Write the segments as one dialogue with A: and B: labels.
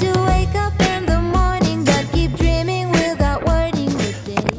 A: to wake up in the morning, but keep dreaming without wording the day.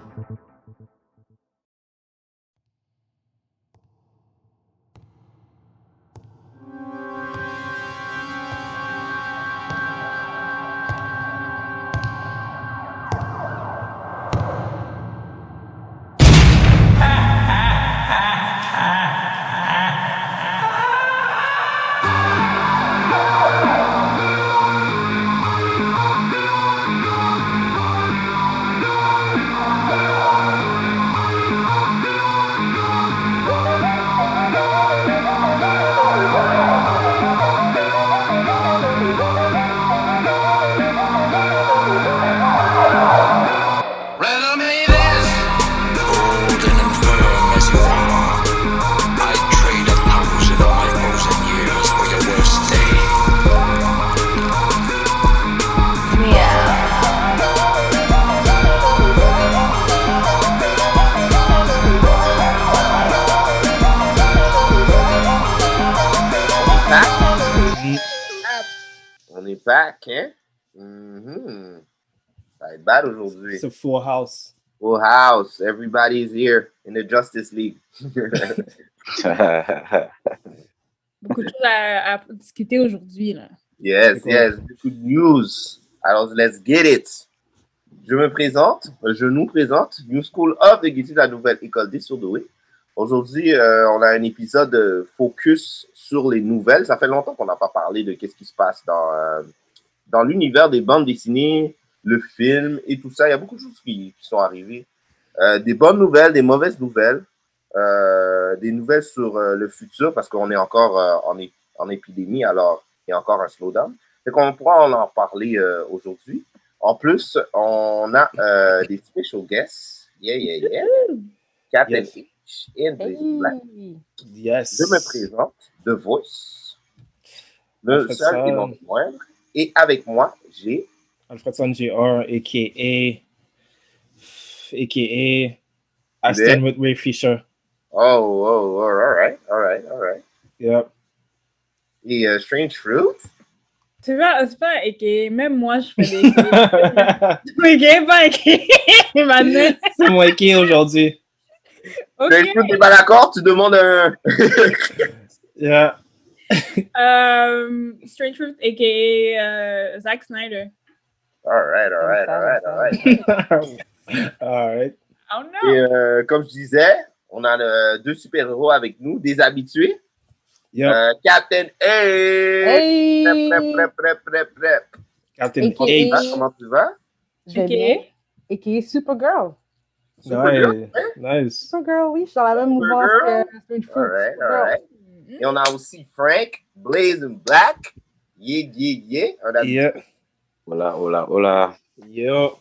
B: Rhythm it is. Golden and firm as you are. I trade a thousand of my frozen years for your worst day.
C: On est back, hein? Mhm. Ça va être bad aujourd'hui.
D: It's a full house.
C: Full house. Everybody's here in the Justice League.
E: Beaucoup de choses à, à discuter aujourd'hui. là.
C: yes, yes. Good news. Alors, let's get it. Je me présente, euh, je nous présente, New School of the Guilty, la nouvelle école des surdoués. Aujourd'hui, euh, on a un épisode euh, focus sur les nouvelles. Ça fait longtemps qu'on n'a pas parlé de qu'est-ce qui se passe dans, euh, dans l'univers des bandes dessinées, le film et tout ça. Il y a beaucoup de choses qui, qui sont arrivées. Euh, des bonnes nouvelles, des mauvaises nouvelles, euh, des nouvelles sur euh, le futur parce qu'on est encore euh, en, é- en épidémie, alors il y a encore un slowdown. Fait qu'on pourra en, en parler euh, aujourd'hui. En plus, on a euh, des special guests. Yeah, yeah, yeah. Captain
D: Yes.
C: H in the black.
D: Yes.
C: Je me présente, The Voice, le
D: On fait
C: seul
D: ça.
C: et non le moindre. Et avec moi, j'ai
D: Alfredson Jr., a.k.a. a.k.a. I stand with Ray Fisher.
C: Oh, oh, oh, all right, all right, all right.
D: Yep.
C: Et euh, Strange Fruit.
E: C'est pas, c'est pas équé. Même moi, je fais des équé. pas équé. Maintenant.
D: C'est moi qui aujourd'hui.
E: OK.
C: Strange Fruit, t'es pas d'accord? Tu demandes un.
D: Yeah.
E: Euh, Strange Fruit, a.k.a. euh, Zack Snyder.
C: All right, all right, all right, all right.
D: All right.
E: Oh no!
C: Et euh, comme je disais, on a euh, deux super-héros avec nous, des habitués.
D: Yep.
C: Euh, Captain A.
F: Hey!
C: Prep, prep, prep, prep, prep, prep.
D: Captain
F: Ok. Hey.
C: Hein,
D: H.
C: Comment tu vas?
F: Je vais
E: Ok.
F: bien. Et qui est Supergirl.
D: Nice. Nice.
F: Supergirl, oui, je suis dans la même mouvance que Strange Fruit.
C: All right, all
F: Supergirl.
C: right. Et on a aussi Frank, Blaze and Black. Yeah, yeah, yeah. Un ami.
G: Hola, hola, hola.
D: Yo.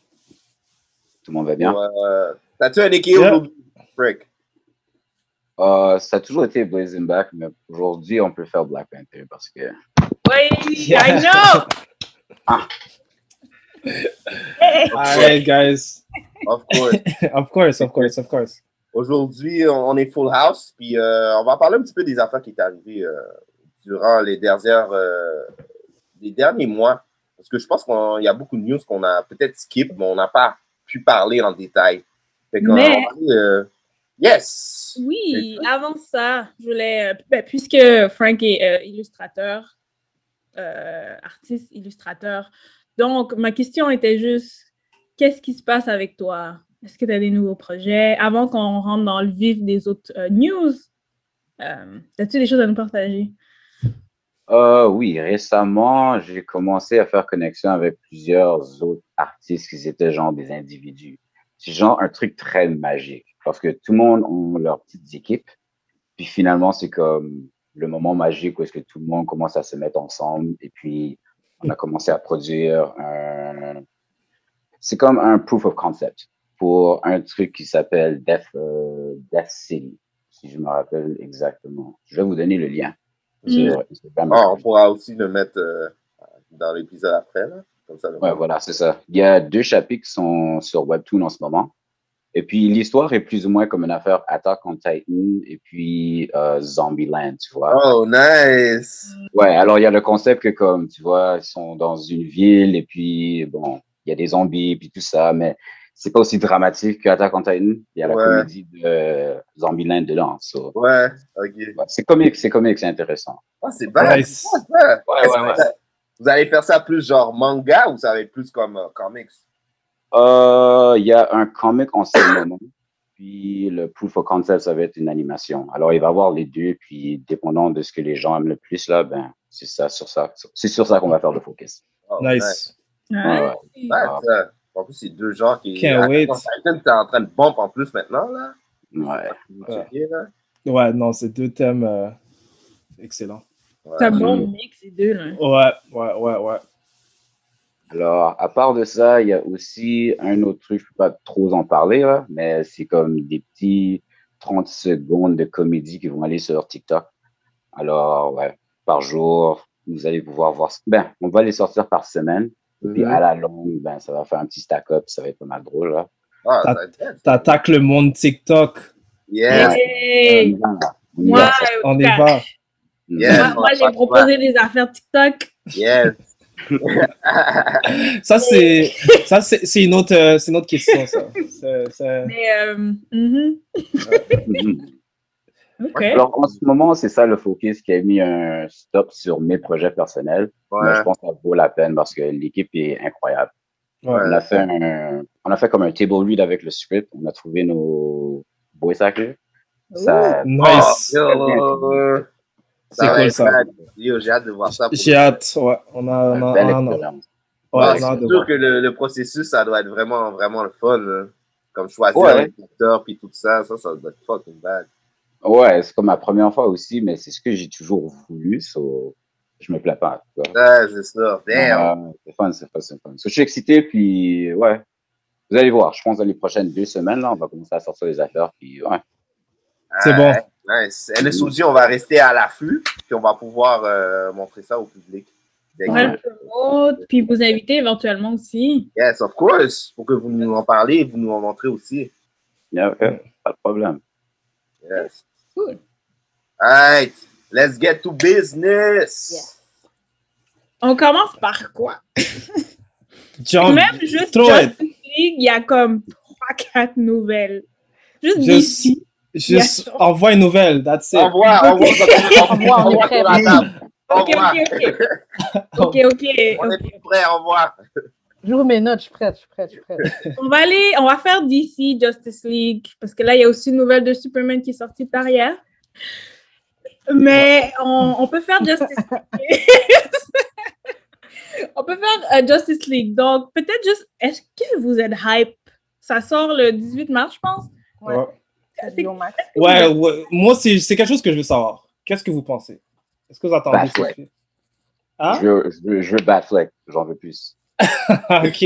G: Tout le monde va bien
C: Euh, T'as-tu un équilibre aujourd'hui, Frank?
G: Euh, Ça a toujours été Blazing Back, mais aujourd'hui, on peut faire Black Panther parce que.
E: Wait, I
G: Yeah.
E: know!
D: All right, guys.
C: Of course.
D: of course, of course, of course.
C: Aujourd'hui, on est full house, puis euh, on va parler un petit peu des affaires qui sont arrivées euh, durant les dernières, euh, les derniers mois. Parce que je pense qu'il y a beaucoup de news qu'on a peut-être skip, mais on n'a pas pu parler en détail. Fait qu'on
E: Mais-
C: on va aller, euh, yes!
E: Oui, avant ça, je voulais, euh, ben, puisque Frank est euh, illustrateur, euh, artiste illustrateur, donc ma question était juste, qu'est-ce qui se passe avec toi? Est-ce que tu as des nouveaux projets? Avant qu'on rentre dans le vif des autres euh, news, euh, as-tu des choses à nous partager?
G: Euh, oui, récemment, j'ai commencé à faire connexion avec plusieurs autres artistes qui étaient genre des individus. C'est genre un truc très magique parce que tout le monde ont leurs petites équipes. Puis finalement, c'est comme le moment magique où est-ce que tout le monde commence à se mettre ensemble et puis on a commencé à produire un... C'est comme un proof of concept pour un truc qui s'appelle Death, euh, Death City, si je me rappelle exactement. Je vais vous donner le lien. sur Instagram.
C: Ah, on pourra aussi le mettre euh, dans l'épisode après, là. comme ça.
G: Ouais, voilà, c'est ça. Il y a deux chapitres qui sont sur Webtoon en ce moment. Et puis, l'histoire est plus ou moins comme une affaire Attack on Titan et puis euh, Zombieland, tu vois.
C: Oh, nice!
G: Ouais, alors il y a le concept que, comme, tu vois, ils sont dans une ville et puis, bon, il y a des zombies puis tout ça, mais c'est pas aussi dramatique que Attack on Titan. Il y a la
C: Ouais.
G: comédie de Zombieland dedans. so.
C: Ouais, ok.
G: Ouais, c'est comique, c'est comique, c'est intéressant.
C: Ah, c'est bien.
G: Nice.
C: c'est bien, ça.
G: Ouais,
C: Est-ce
G: ouais,
C: que
G: ouais.
C: ça- Vous allez faire ça plus genre manga ou ça va être plus comme euh, comics?
G: Euh, Il y a un comic en ce moment, puis le proof of concept, ça va être une animation. Alors, il va y avoir les deux, puis dépendant de ce que les gens aiment le plus, là, ben, c'est ça, sur ça, c'est sur ça qu'on va faire le focus.
C: Oh,
D: Nice.
G: Ouais, ouais.
C: Nice, hein. En plus, c'est deux gens qui.
D: Ah. Can't wait.
C: Titan, t'es en train de bombe en plus maintenant, là. Ah,
G: Ouais.
C: Checker, là.
D: Ouais, non, c'est deux thèmes euh, excellents.
E: T'as bon mix, les deux, là.
D: Ouais, ouais, ouais, ouais.
G: Alors, à part de ça, il y a aussi un autre truc, je peux pas trop en parler, là, mais c'est comme des petits 30 secondes de comédie qui vont aller sur TikTok. Alors, ouais, par jour, vous allez pouvoir voir. ce- Ben, on va les sortir par semaine. Et puis,
E: euh,
D: Mhm.
G: à la longue, ben, ça va faire un petit stack-up, ça va être pas mal drôle, là.
C: Ah,
D: T'a- T'attaques le monde TikTok.
C: Yeah.
E: Hey!
G: Euh, On y va.
D: On est pas.
E: Moi, moi, j'ai proposé des affaires TikTok.
C: Yes.
D: ça, c'est ça, c'est c'est une, autre, euh, c'est une autre question, ça. C'est- c'est-
E: Mais, euh, mhm. OK.
G: Alors, en ce moment, c'est ça le focus qui a mis un stop sur mes projets personnels.
C: Ouais.
G: Mais je pense que ça vaut la peine parce que l'équipe est incroyable. On, a fait un- on a fait comme un table read avec le script. On a trouvé nos voice actors.
E: euh,
G: Ça-
D: Nice.
C: Oh, yo.
D: C'est
C: va
D: cool,
C: être
D: ça.
C: bad. Yo, J'ai hâte de voir ça. pour-
D: J'ai hâte, ouais. On a, on a,
G: belle
D: on a-
G: expérience.
D: Ouais,
C: Ah,
D: on a hâte
C: c'est
D: de
C: sûr
D: voir.
C: que le, le processus, ça doit être vraiment, vraiment le fun. hein. Comme choisir
G: Ouais.
C: les acteurs puis tout ça, ça, ça doit être fucking bad.
G: Ouais, c'est comme ma première fois aussi, mais c'est ce que j'ai toujours voulu. so je me plais pas. tu vois.
C: Ah, c'est sûr. Damn.
G: Euh, c'est fun, c'est fun, c'est fun. So, je suis excité, puis ouais. Vous allez voir, je pense dans les prochaines deux semaines, là, on va commencer à sortir les affaires, puis ouais.
D: C'est bon.
C: Ah, nice. Et le soudi, on va rester à l'affût, puis on va pouvoir euh, montrer ça au public. Dès que-
E: On va le promote, puis vous inviter éventuellement aussi.
C: Yes, of course. Pour que vous nous en parlez, vous nous en montrez aussi.
G: Yeah, ok, euh, pas de problème.
C: Yes.
E: Cool.
C: All right. Let's get to business.
E: On commence par quoi?
D: Jump
E: Même juste
D: through
E: Justice
D: it.
E: League, il y a comme 3-4 nouvelles. Juste
D: Juste,
E: d'ici.
D: juste envoie une nouvelle. That's it.
C: Au revoir. Au revoir.
E: Au revoir, on est prêts.
C: Au revoir. Au
E: Ok,
C: revoir.
E: ok, ok. Ok, ok.
C: On est tout prêts. Au revoir.
F: J'ouvre mes notes, je suis prête, je suis prête, je suis prête.
E: On va aller, on va faire DC Justice League parce que là, il y a aussi une nouvelle de Superman qui est sortie par hier. Mais on, on peut faire Justice League. on peut faire euh, Justice League. Donc, peut-être juste, est-ce que vous êtes hype? Ça sort le 18 mars, je pense.
D: Ouais,
E: C'est-
D: ouais,
G: Bah,
D: ouais. moi, c'est c'est quelque chose que je veux savoir. Qu'est-ce que vous pensez? Est-ce que vous attendez
G: Batfleck.
D: cette- Hein?
G: Je veux, je veux, je veux Batfleck, j'en veux plus.
D: Ah, ok.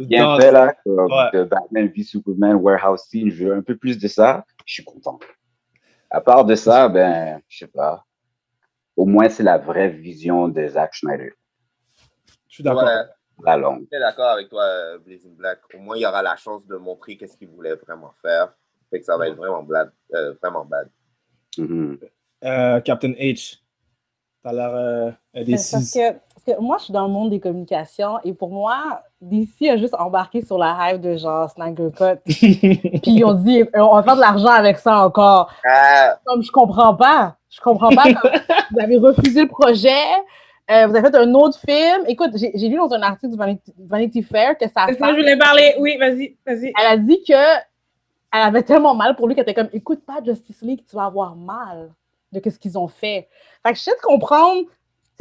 G: Bien
D: Dans-
G: fait, là, comme
D: Ouais.
G: de Batman v Superman, Warehouse Scene, je veux un peu plus de ça, je suis content. À part de ça, ben, je sais pas. Au moins, c'est la vraie vision de Zack Snyder,
D: Je suis d'accord.
G: la longue.
C: Je suis d'accord avec toi, euh, Blazing Black. Au moins, il y aura la chance de montrer qu'est-ce qu'il voulait vraiment faire. Fait que ça va être vraiment, blad, euh, vraiment bad.
D: Euh, Captain H, t'as l'air euh, indécis.
F: Parce que, parce que moi, je suis dans le monde des communications et pour moi, DC a juste embarqué sur la hype de genre Snyder Cut. Puis ils ont dit, euh, on va faire de l'argent avec ça encore.
C: Ah,
F: Comme je comprends pas. Je comprends pas. comme vous avez refusé le projet. euh, vous avez fait un autre film. Écoute, j'ai j'ai lu dans un article du Vanity, Vanity Fair que ça.
E: C'est ça, je voulais parler. Oui, vas-y, vas-y.
F: Elle a dit que elle avait tellement mal pour lui qu'elle était comme écoute pas Justice League, tu vas avoir mal de ce qu'ils ont fait. Fait que je sais de comprendre. tu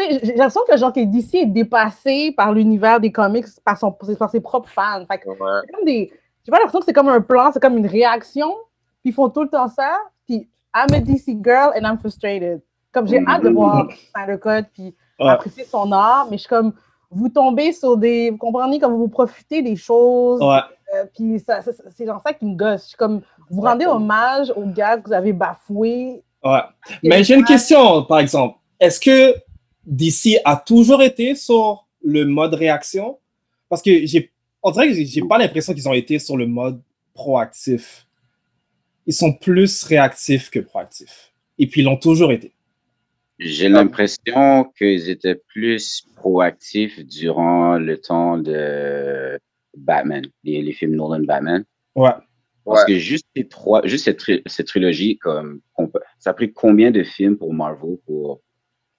F: sais, J'ai j'ai l'impression que genre que DC est dépassé par l'univers des comics, par, son, par ses propres fans. Fait que c'est comme des. J'ai pas l'impression que c'est comme un plan, c'est comme une réaction. Puis ils font tout le temps ça. Puis I'm a DC girl and I'm frustrated. Comme j'ai hâte
G: Mhm.
F: de voir Snyder Code puis
D: Ouais.
F: apprécier son art, mais je suis comme vous tombez sur des. Vous comprenez comme vous profitez des choses.
D: Ouais.
F: Euh, puis ça, ça- ça- c'est genre ça qui me gosse. Je suis comme, vous rendez hommage aux gars que vous avez bafoués.
D: Ouais. Mais j'ai une question, par exemple. Est-ce que DC a toujours été sur le mode réaction? Parce que j'ai, on dirait que j'ai- j'ai pas l'impression qu'ils ont été sur le mode proactif. Ils sont plus réactifs que proactifs. Et puis ils l'ont toujours été.
G: J'ai l'impression qu'ils étaient plus proactifs durant le temps de Batman, les, les films Nolan Batman.
D: Ouais.
G: Parce que juste ces trois, juste cette, tri- cette trilogie, comme, qu'on peut- ça a pris combien de films pour Marvel pour,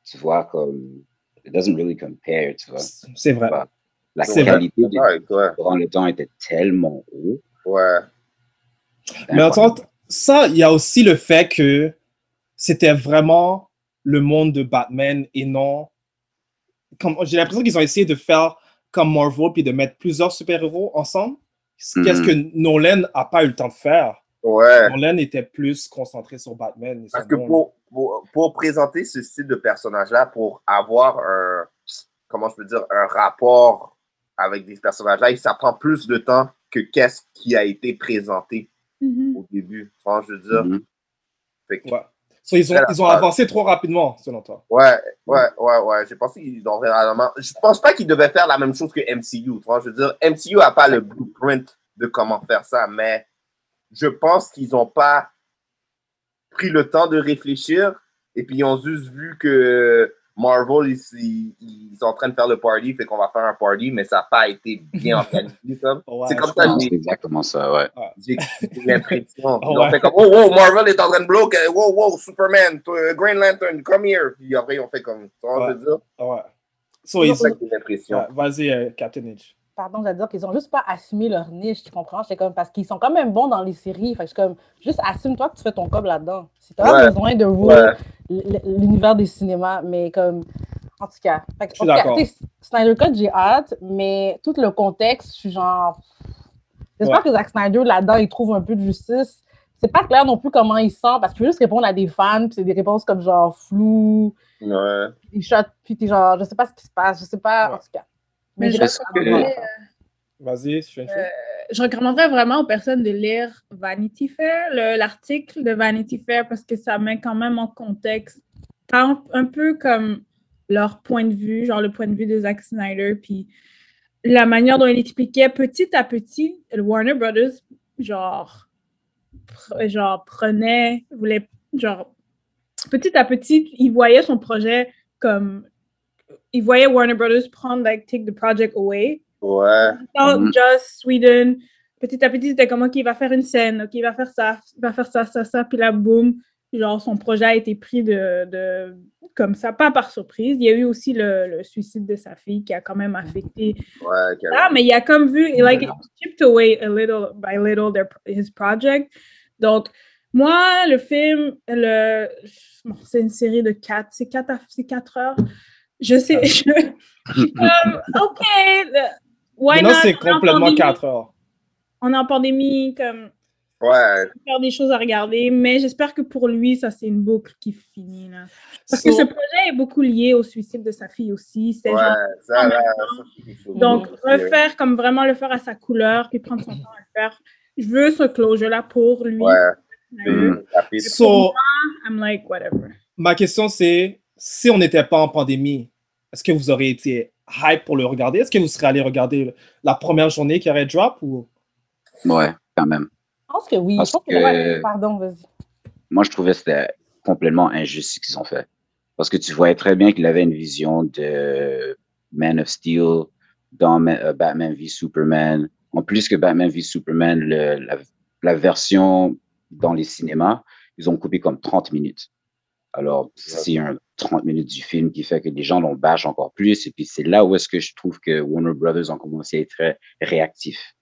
G: tu vois, comme, it doesn't really compare, tu vois. Bah,
D: C'est vrai.
G: La
D: C'est vrai.
G: qualité des- durant le temps était tellement haut.
C: Ouais. Ben,
D: Mais en tant que- ça, il y a aussi le fait que c'était vraiment le monde de Batman et non. Comme, j'ai l'impression qu'ils ont essayé de faire comme Marvel puis de mettre plusieurs super-héros ensemble. Qu'est-ce
C: Mhm.
D: que Nolan n'a pas eu le temps de faire.
C: Ouais.
D: Nolan était plus concentré sur Batman. et son
C: Parce que
D: monde.
C: pour, pour, pour présenter ce style de personnage-là, pour avoir un, comment je peux dire, un rapport avec des personnages-là, ça prend plus de temps que qu'est-ce qui a été présenté au début. Tu vois, je veux dire.
G: Mm-hmm. Mhm.
C: Fait que-
D: So, ils, ont,
C: Voilà.
D: ils ont avancé trop rapidement, selon toi.
C: Ouais, ouais, ouais, ouais. Je pense qu'ils devraient vraiment. Je pense pas qu'ils devaient faire la même chose que MCU. tu vois. Je veux dire, MCU a pas le blueprint de comment faire ça, mais je pense qu'ils ont pas pris le temps de réfléchir et puis ils ont juste vu que Marvel, ils, ils- ils sont en train de faire le party, fait qu'on va faire un party, mais ça n'a pas été bien organisé. comme. C'est comme ça
G: Non,
C: que
G: c'est
C: j'ai-
G: exactement ça, ouais.
C: j'ai j'ai l'impression. Ils ont
G: Ouais.
C: fait comme, oh, wow, Marvel est en train de bloquer, wow, wow, Superman, toi, Green Lantern, come here. Puis après, ils ont fait comme, tu vois, je veux dire.
D: Ouais. So,
C: C'est
D: ils-
C: ça que j'ai l'impression.
D: Ouais, Vas-y, euh, Captain H.
F: Pardon, j'allais dire qu'ils ont juste pas assumé leur niche, tu comprends? J'étais comme, parce qu'ils sont quand même bons dans les séries. Fait que je suis comme, juste assume-toi que tu fais ton cob là-dedans. Si t'as
D: Ouais.
F: pas besoin de vous,
D: Ouais.
F: l'univers des cinémas, mais comme, en tout cas. Fait que,
D: Je suis
F: en tout cas,
D: d'accord.
F: tu sais, Snyder Cut, j'ai hâte, mais tout le contexte, je suis genre, J'espère
D: Ouais.
F: que Zack Snyder, là-dedans, il trouve un peu de justice. C'est pas clair non plus comment il sent, parce qu'il veut juste répondre à des fans, puis c'est des réponses comme genre floues,
C: Ouais.
F: des shots, puis t'es genre, je sais pas ce qui se passe, je sais pas, en tout cas.
E: Mais
F: Mais
E: je
F: j'ai hâte de voir.
E: recommanderais,
D: Vas-y, je fais une
E: euh, je recommanderais vraiment aux personnes de lire Vanity Fair, le- l'article de Vanity Fair, parce que ça met quand même en contexte un, un peu comme leur point de vue, genre le point de vue de Zack Snyder, puis la manière dont il expliquait petit à petit, le Warner Brothers, genre, pre- genre prenait, voulait, genre, petit à petit, il voyait son projet comme, il voyait Warner Brothers prendre, like, take the project away.
C: Ouais.
E: Just
C: Mhm.
E: Sweden, petit à petit, c'était comme, OK, il va faire une scène, OK, il va faire ça, il va faire ça, ça, ça, puis là, boum, genre, son projet a été pris de, de- comme ça, pas par surprise. Il y a eu aussi le, le suicide de sa fille qui a quand même affecté
C: Ouais,
E: ça, mais il a comme vu, like, it chipped away a little by little their, his project. Donc, moi, le film, le, bon, c'est une série de quatre, c'est quatre, à- c'est quatre heures. Je
F: Ah.
E: sais, je- comme, OK, le- why
D: Maintenant,
E: not?
D: c'est
E: On est en
D: complètement
E: pandémie.
D: 4 heures.
E: On est en pandémie, comme,
C: Ouais.
E: faire des choses à regarder, mais j'espère que pour lui, ça, c'est une boucle qui finit. Là. Parce que
C: So-
E: ce projet est beaucoup lié au suicide de sa fille aussi. C'était
C: Ouais,
E: genre-
C: ça, là, ça, c'est quelque chose.
E: Donc,
C: Ouais.
E: refaire, comme vraiment le faire à sa couleur, puis prendre son temps à le faire. Je veux ce closure-là pour lui.
D: Ouais.
E: Mais
D: Mm.
E: pour
D: So-
E: moi, I'm like, whatever.
D: Ma question, c'est si on n'était pas en pandémie, est-ce que vous auriez été hype pour le regarder? Est-ce que vous serez allé regarder la première journée qui aurait drop ou
G: Ouais, quand même.
F: Je pense que oui.
G: Parce
F: je pense que...
G: que-
F: ouais, Pardon, vas-y.
G: moi, je trouvais que c'était complètement injuste ce qu'ils ont fait. Parce que tu voyais très bien qu'il avait une vision de Man of Steel dans Ma- euh, Batman v Superman. En plus que Batman v Superman, le- la, la version dans les cinémas, ils ont coupé comme 30 minutes. Alors, c'est un 30 minutes du film qui fait que les gens l'ont bâche encore plus. Et puis, c'est là où est-ce que je trouve que Warner Brothers ont commencé à être très réactifs.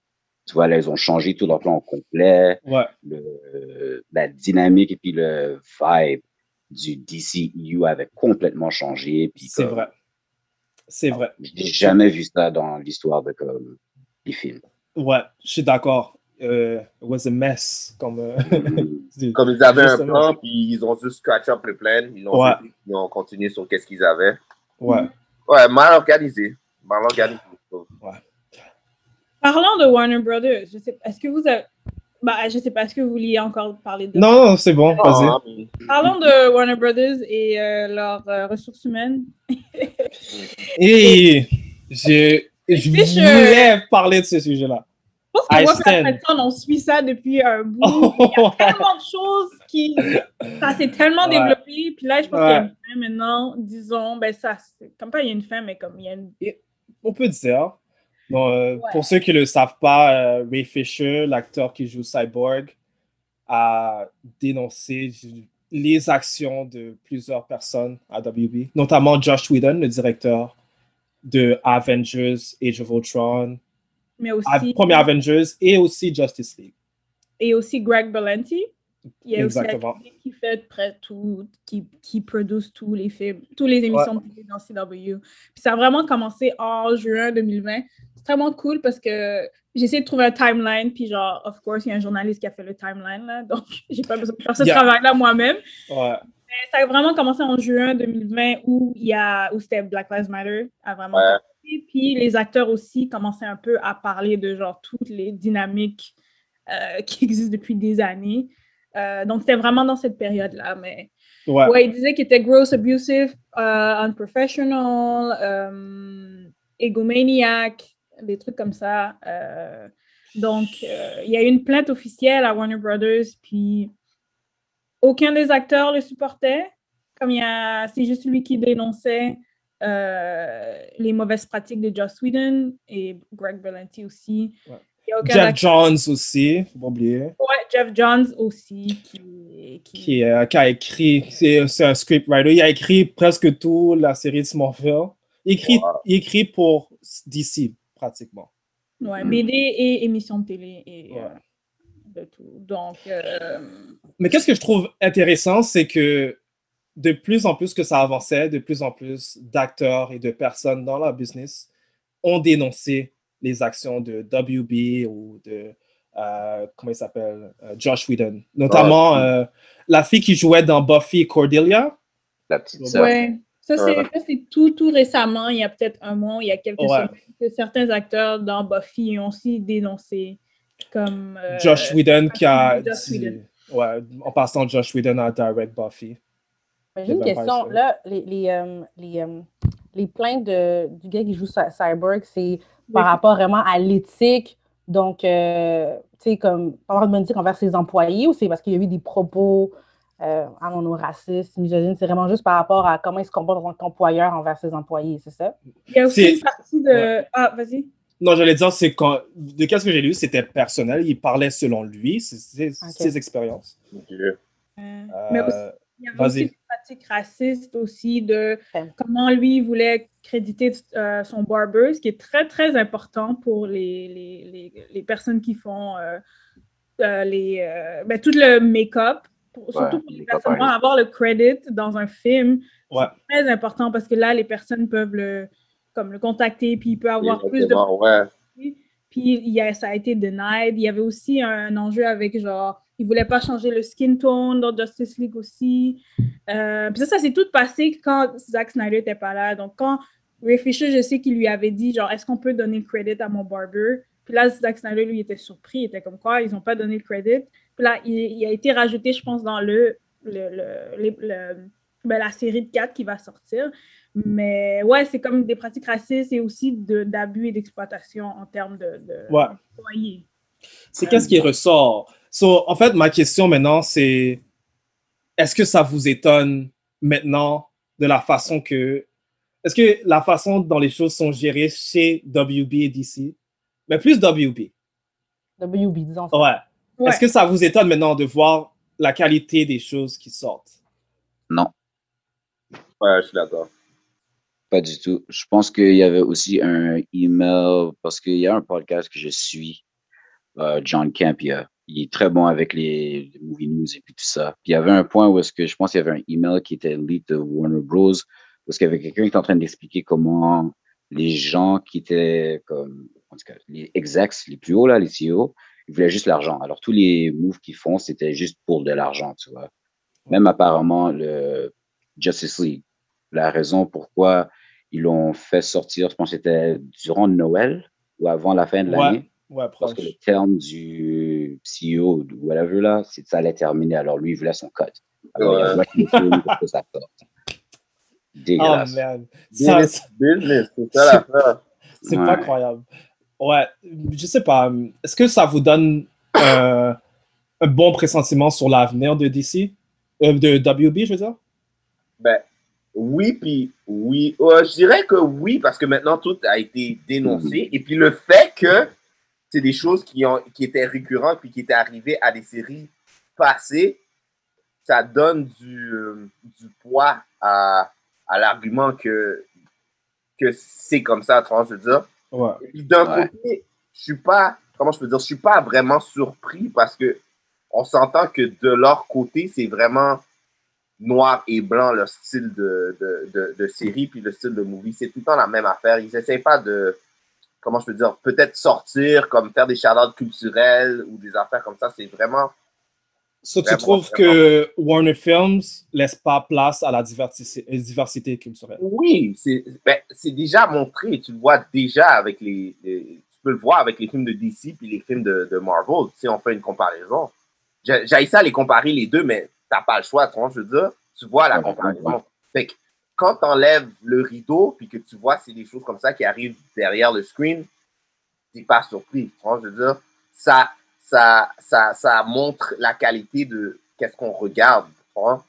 G: Tu vois, là, ils ont changé tout leur plan au complet
D: Ouais.
G: le- la dynamique et puis le vibe du DCEU avait complètement changé. Puis
D: C'est
G: comme,
D: vrai. C'est vrai.
G: J'ai jamais vu ça dans l'histoire de comme, les films.
D: Ouais, je suis d'accord. Euh, it was a mess. Comme, euh,
C: Comme ils avaient un
D: Justement.
C: plan, puis ils ont juste scratch up le plan. Ils ont,
D: Ouais.
C: ils ont continué sur qu'est-ce qu'ils avaient.
D: Ouais.
C: Ouais, mal organisé. Mal organisé. je trouve.
E: Parlons de Warner Brothers. Je sais, est-ce que vous avez... Bah, je sais pas, est-ce que vous vouliez encore parler de...
D: Non, non, c'est bon,
C: Ah,
D: vas-y.
E: Parlons de Warner Brothers et euh, leurs euh, ressources humaines.
D: Et je, je
E: Fiche, euh,
D: voulais parler de ce sujet-là.
E: Je pense que
D: I
E: moi, puis
D: stand.
E: Alfredson, on suit ça depuis un bout.
D: Oh.
E: Il y a tellement de choses qui. Ça s'est tellement
D: Ouais.
E: développé. Puis là, je pense
D: Ouais.
E: qu'il y a une fin maintenant, disons, ben ça, c'est- comme pas il y a une fin, mais comme il y a une.
D: On peut dire. Bon, euh,
E: Ouais.
D: Pour ceux qui ne le savent pas, euh, Ray Fisher, l'acteur qui joue Cyborg, a dénoncé ju- les actions de plusieurs personnes à WB, notamment Josh Whedon, le directeur de Avengers, Age of Ultron,
E: Mais
D: à-
E: aussi.
D: premier Avengers et aussi Justice League.
E: Et aussi Greg Berlanti. Il y a
D: Exactement.
E: aussi la qui fait près tout, qui, qui produit tous les films, toutes les émissions
D: Ouais.
E: de télé dans CW. Puis ça a vraiment commencé en juin 2020. C'est vraiment cool parce que j'essaie de trouver un timeline, puis genre, of course, il y a un journaliste qui a fait le timeline, là, donc j'ai pas besoin de faire ce
D: Yeah.
E: travail-là moi-même.
D: Ouais.
E: Mais ça a vraiment commencé en juin 2020 où, il y a, où c'était Black Lives Matter a vraiment
D: Ouais.
E: commencé. Puis les acteurs aussi commençaient un peu à parler de genre toutes les dynamiques euh, qui existent depuis des années. Euh, donc c'était vraiment dans cette période-là. Mais
D: Ouais.
E: il disait qu'il était gross, abusive, euh, unprofessional, euh, egomaniac, des trucs comme ça. Euh, donc euh, il y a eu une plainte officielle à Warner Brothers. Puis aucun des acteurs le supportait. Comme il y a, c'est juste lui qui dénonçait euh, les mauvaises pratiques de Joss Whedon et Greg Berlanti aussi. Il y a aucun
D: Jeff
E: acteur-
D: Johns aussi, faut pas oublier,
E: Ouais, Jeff Johns aussi.
D: qui, euh, qui a écrit, c'est c'est un scriptwriter, il a écrit presque tout la série de Smallville. Il écrit, il écrit pour DC, pratiquement.
E: Ouais,
D: Mm.
E: BD et émissions de télé et euh, de tout. Donc, euh,
D: Mais qu'est-ce que je trouve intéressant, c'est que de plus en plus que ça avançait, de plus en plus d'acteurs et de personnes dans la business ont dénoncé les actions de WB ou de, euh, comment il s'appelle, Euh, Josh Whedon. Notamment
G: Ouais.
D: euh, la fille qui jouait dans Buffy Cordelia.
G: La petite sœur.
E: Ouais. Ça, c'est
D: Ouais.
E: ça, c'est tout, tout récemment, il y a peut-être un mois, il y a quelques
D: Ouais.
E: semaines, que certains acteurs dans Buffy ont aussi dénoncé comme... euh,
D: Josh Whedon qui a
E: Josh
D: dit-
E: Whedon.
D: Ouais, en passant, Josh Whedon a direct Buffy.
F: Mais J'ai une
D: The Vampire
F: question.
D: Slayer.
F: Là, les, les, euh, les, euh, les plaintes de, du gars qui joue Cy- Cyborg, c'est par
E: Oui.
F: rapport vraiment à l'éthique. Donc, euh, tu sais, comme, par rapport à bonne éthique envers ses employés ou c'est parce qu'il y a eu des propos, euh, à mon nom, racistes, misogynes, c'est vraiment juste par rapport à comment il se comporte en tant qu'employeur envers ses employés, c'est ça?
E: Il y a
D: aussi C'est- une
E: partie de... Ah, vas-y.
D: Non, j'allais dire, c'est quand. De qu'est-ce que j'ai lu, c'était personnel. Il parlait selon lui, ses, ses- ses expériences.
E: Mais
D: Euh,
E: aussi, il y avait
D: vas-y.
E: aussi des pratiques racistes aussi de comment lui voulait créditer euh, son barber, ce qui est très, très important pour les, les, les, les personnes qui font euh, euh, les, euh, ben, tout le make-up, pour- surtout
D: Ouais,
E: pour les
D: make-up
E: personnes noires,
D: artist.
E: avoir le credit dans un film,
D: Ouais.
E: c'est très important parce que là, les personnes peuvent le, comme le contacter, puis il peut avoir plus de...
C: Vraiment, Ouais.
E: Puis il y a, ça a été denied. Il y avait aussi un, enjeu avec genre, ils voulaient pas changer le skin tone dans Justice League aussi. Euh, puis ça, ça s'est tout passé quand Zack Snyder était pas là. Donc quand Ray Fisher, je sais qu'il lui avait dit genre, est-ce qu'on peut donner le credit à mon barber? Puis là, Zack Snyder, lui, était surpris. Il était comme quoi, ils n'ont pas donné le credit. Puis là, il, il a été rajouté, je pense, dans le, le, le- le- le- ben, la série de 4 qui va sortir. Mais ouais, c'est comme des pratiques racistes et aussi de- d'abus et d'exploitation en termes de, de
D: Ouais.
E: d'employés.
D: C'est qu'est-ce qui ressort. So, en fait, ma question maintenant, c'est est-ce que ça vous étonne maintenant de la façon que. Est-ce que la façon dont les choses sont gérées chez WB et DC, mais plus WB,
F: WB, disons.
D: ouais.
F: Ouais.
D: Est-ce que ça vous étonne maintenant de voir la qualité des choses qui sortent?
C: Ouais, je suis d'accord.
G: Pas du tout. Je pense qu'il y avait aussi un email, parce qu'il y a un podcast que je suis, euh, John Camp, il, a- il est très bon avec les, les movie news et puis tout ça. Puis il y avait un point où est-ce que je pense qu'il y avait un email qui était leak de Warner Bros. Parce qu'il y avait quelqu'un qui était en train d'expliquer comment les gens qui étaient comme, en tout cas, les execs, les plus hauts là, les CEO, ils voulaient juste l'argent. Alors tous les moves qu'ils font, c'était juste pour de l'argent, tu vois. Même apparemment, le Justice League la raison pourquoi ils l'ont fait sortir, je pense que c'était durant Noël ou avant la fin de l'année.
D: Ouais, ouais,
G: Parce que
D: proche.
G: le terme du CEO ou de whatever là, c'est que ça allait terminer. Alors lui, il voulait son code. Alors il a
C: Ouais.
G: voulu qu'il filme pour que ça sorte.
D: Oh
G: Dégueulasse.
D: man. Ça-
C: Business, business, c'est ça la fin.
D: C'est pas
C: Ouais.
D: croyable. Ouais, je sais pas. euh, Est-ce que ça vous donne euh, un bon pressentiment sur l'avenir de DC? Euh, de WB, je veux dire?
C: Ben, oui, puis oui. Euh, je dirais que oui, parce que maintenant, tout a été dénoncé. Et puis le fait que c'est des choses qui, ont, qui étaient récurrentes puis qui étaient arrivées à des séries passées, ça donne du, euh, du poids à, à l'argument que, que c'est comme ça, tu vois, je veux dire.
D: Ouais.
C: Et puis, D'un côté, je suis pas, comment je peux dire, je suis pas vraiment surpris parce que on s'entend que de leur côté, c'est vraiment noir et blanc leur style de, de, de, de série puis le style de movie. C'est tout le temps la même affaire. Ils n'essayent pas de, comment je peux dire, peut-être sortir, comme faire des shout culturels ou des affaires comme ça. C'est vraiment.
D: So, tu
C: Vraiment,
D: trouves que Warner Films laisse pas place à la diversi- euh, diversité culturelle?
C: Oui, c'est ben, c'est déjà montré. Tu le vois déjà avec les, les- Tu peux le voir avec les films de DC puis les films de, de Marvel. Si on fait une comparaison. J'ai j'ai ça les comparer les deux, mais t'as pas le choix, tu vois, je veux dire. Tu vois la comparaison. Fait que quand t'enlèves le rideau puis que tu vois c'est des choses comme ça qui arrivent derrière le screen, t'es pas surpris, tu vois, je veux dire. Ça, ça, ça, ça montre la qualité de qu'est-ce qu'on regarde, tu vois,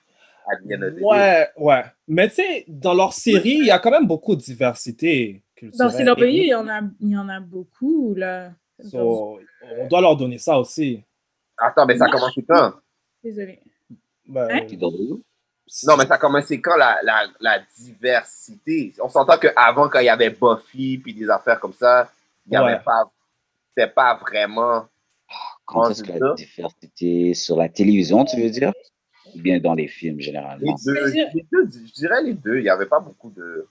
C: à the end of the day.
D: Ouais, ouais. Mais tu sais, dans leur série, il y a quand même beaucoup de diversité
E: Dans
D: culturelle.
E: CW, il y en a, il y en a beaucoup, là.
D: So, on doit leur donner ça aussi.
C: Attends, mais ça
E: Moi,
C: commence
E: je-
C: quand?
E: Désolée.
D: Ben,
C: Non, mais ça a commencé quand la, la, la diversité? On s'entend qu'avant, quand il y avait Buffy puis des affaires comme ça, il n'y avait
G: Ouais.
C: pas. C'était pas vraiment.
G: Quand est-ce que la diversité sur la télévision, tu veux dire? Ou bien dans les films,
C: Les
G: généralement?
C: deux, les deux, je dirais les deux. Il n'y avait pas beaucoup de.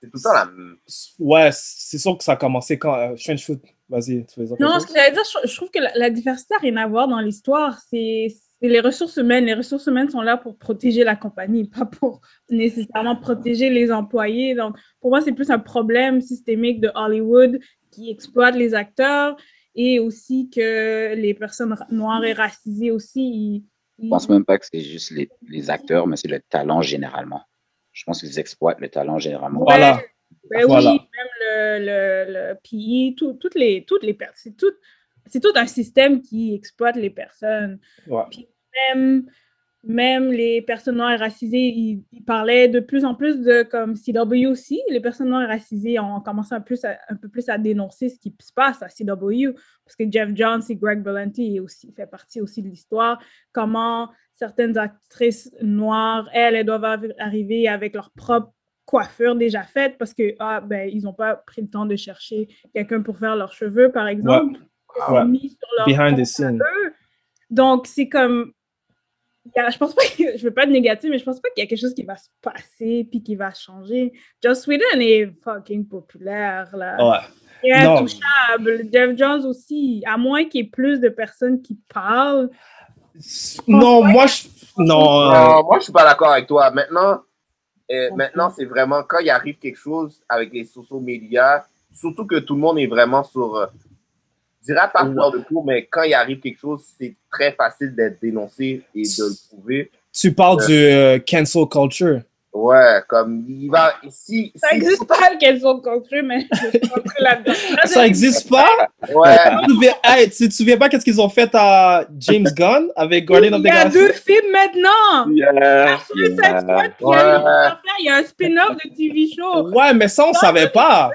C: C'est tout le temps la même.
D: Ouais, c'est sûr que ça a commencé quand. euh, Strange Food, vas-y, tu veux dire quelque
E: Non,
D: chose?
E: ce que j'allais dire, je, je trouve que la, la diversité n'a rien à voir dans l'histoire. C'est c'est les ressources humaines. Les ressources humaines sont là pour protéger la compagnie, pas pour nécessairement protéger les employés. Donc, pour moi, c'est plus un problème systémique de Hollywood qui exploite les acteurs et aussi que les personnes ra- noires et racisées aussi, ils-
G: Je
E: ils-
G: pense même pas que c'est juste les, les acteurs, mais c'est le talent généralement. Je pense qu'ils exploitent le talent généralement.
D: Voilà.
E: Ben
G: Voilà.
E: oui, même le, le, le PI, tout- toutes les, toutes les personnes. C'est tout, c'est tout un système qui exploite les personnes.
D: Ouais.
E: Puis même, même les personnes noires et racisées, ils, ils parlaient de plus en plus de comme CW aussi. Les personnes noires et racisées ont commencé un, plus à- un peu plus à dénoncer ce qui se passe à CW parce que Jeff Jones et Greg Berlanti est aussi, fait partie aussi de l'histoire. Comment certaines actrices noires, elles, elles doivent arri- arriver avec leur propre coiffure déjà faite parce que ah, ben, ils n'ont pas pris le temps de chercher quelqu'un pour faire leurs cheveux, par exemple. Ils sont
D: Ouais.
E: mis sur leur
D: Behind
E: compte
D: the
E: à
D: scenes.
E: eux. Donc, c'est comme. il y a- Je pense pas que, je veux pas être négatif, mais je pense pas qu'il y a quelque chose qui va se passer puis qui va changer. Joss Whedon est fucking populaire, là.
D: Ouais.
E: Il est euh,
D: Non.
E: intouchable. Jeff Jones aussi, à moins qu'il y ait plus de personnes qui parlent.
D: Non, moi, je. Non. euh,
C: Non, Euh, moi, je suis pas d'accord avec toi. Maintenant, euh, maintenant c'est vraiment quand il arrive quelque chose avec les social media, surtout que tout le monde est vraiment sur. euh, je dirais pas fleur de cours, mais quand il arrive quelque chose, c'est très facile d'être dénoncé et de le prouver.
D: Tu parles du euh, cancel culture.
C: Ouais, comme il va. Si,
E: Ça n'existe pas qu'elles ont construit, mais je suis rentrée là-dedans.
D: Ça n'existe pas?
C: Ouais.
D: Tu te souviens- hey, tu te souviens pas qu'est-ce qu'ils ont fait à James Gunn avec Guardian of
E: Il
D: the
E: y a
D: Galaxy?
E: deux films maintenant.
D: euh,
G: Euh,
E: Suicide Squad, puis il y a une
D: Ouais.
C: Euh.
E: autre affaire, Il y a un spin-off de TV show.
D: Ouais, mais ça, on savait pas.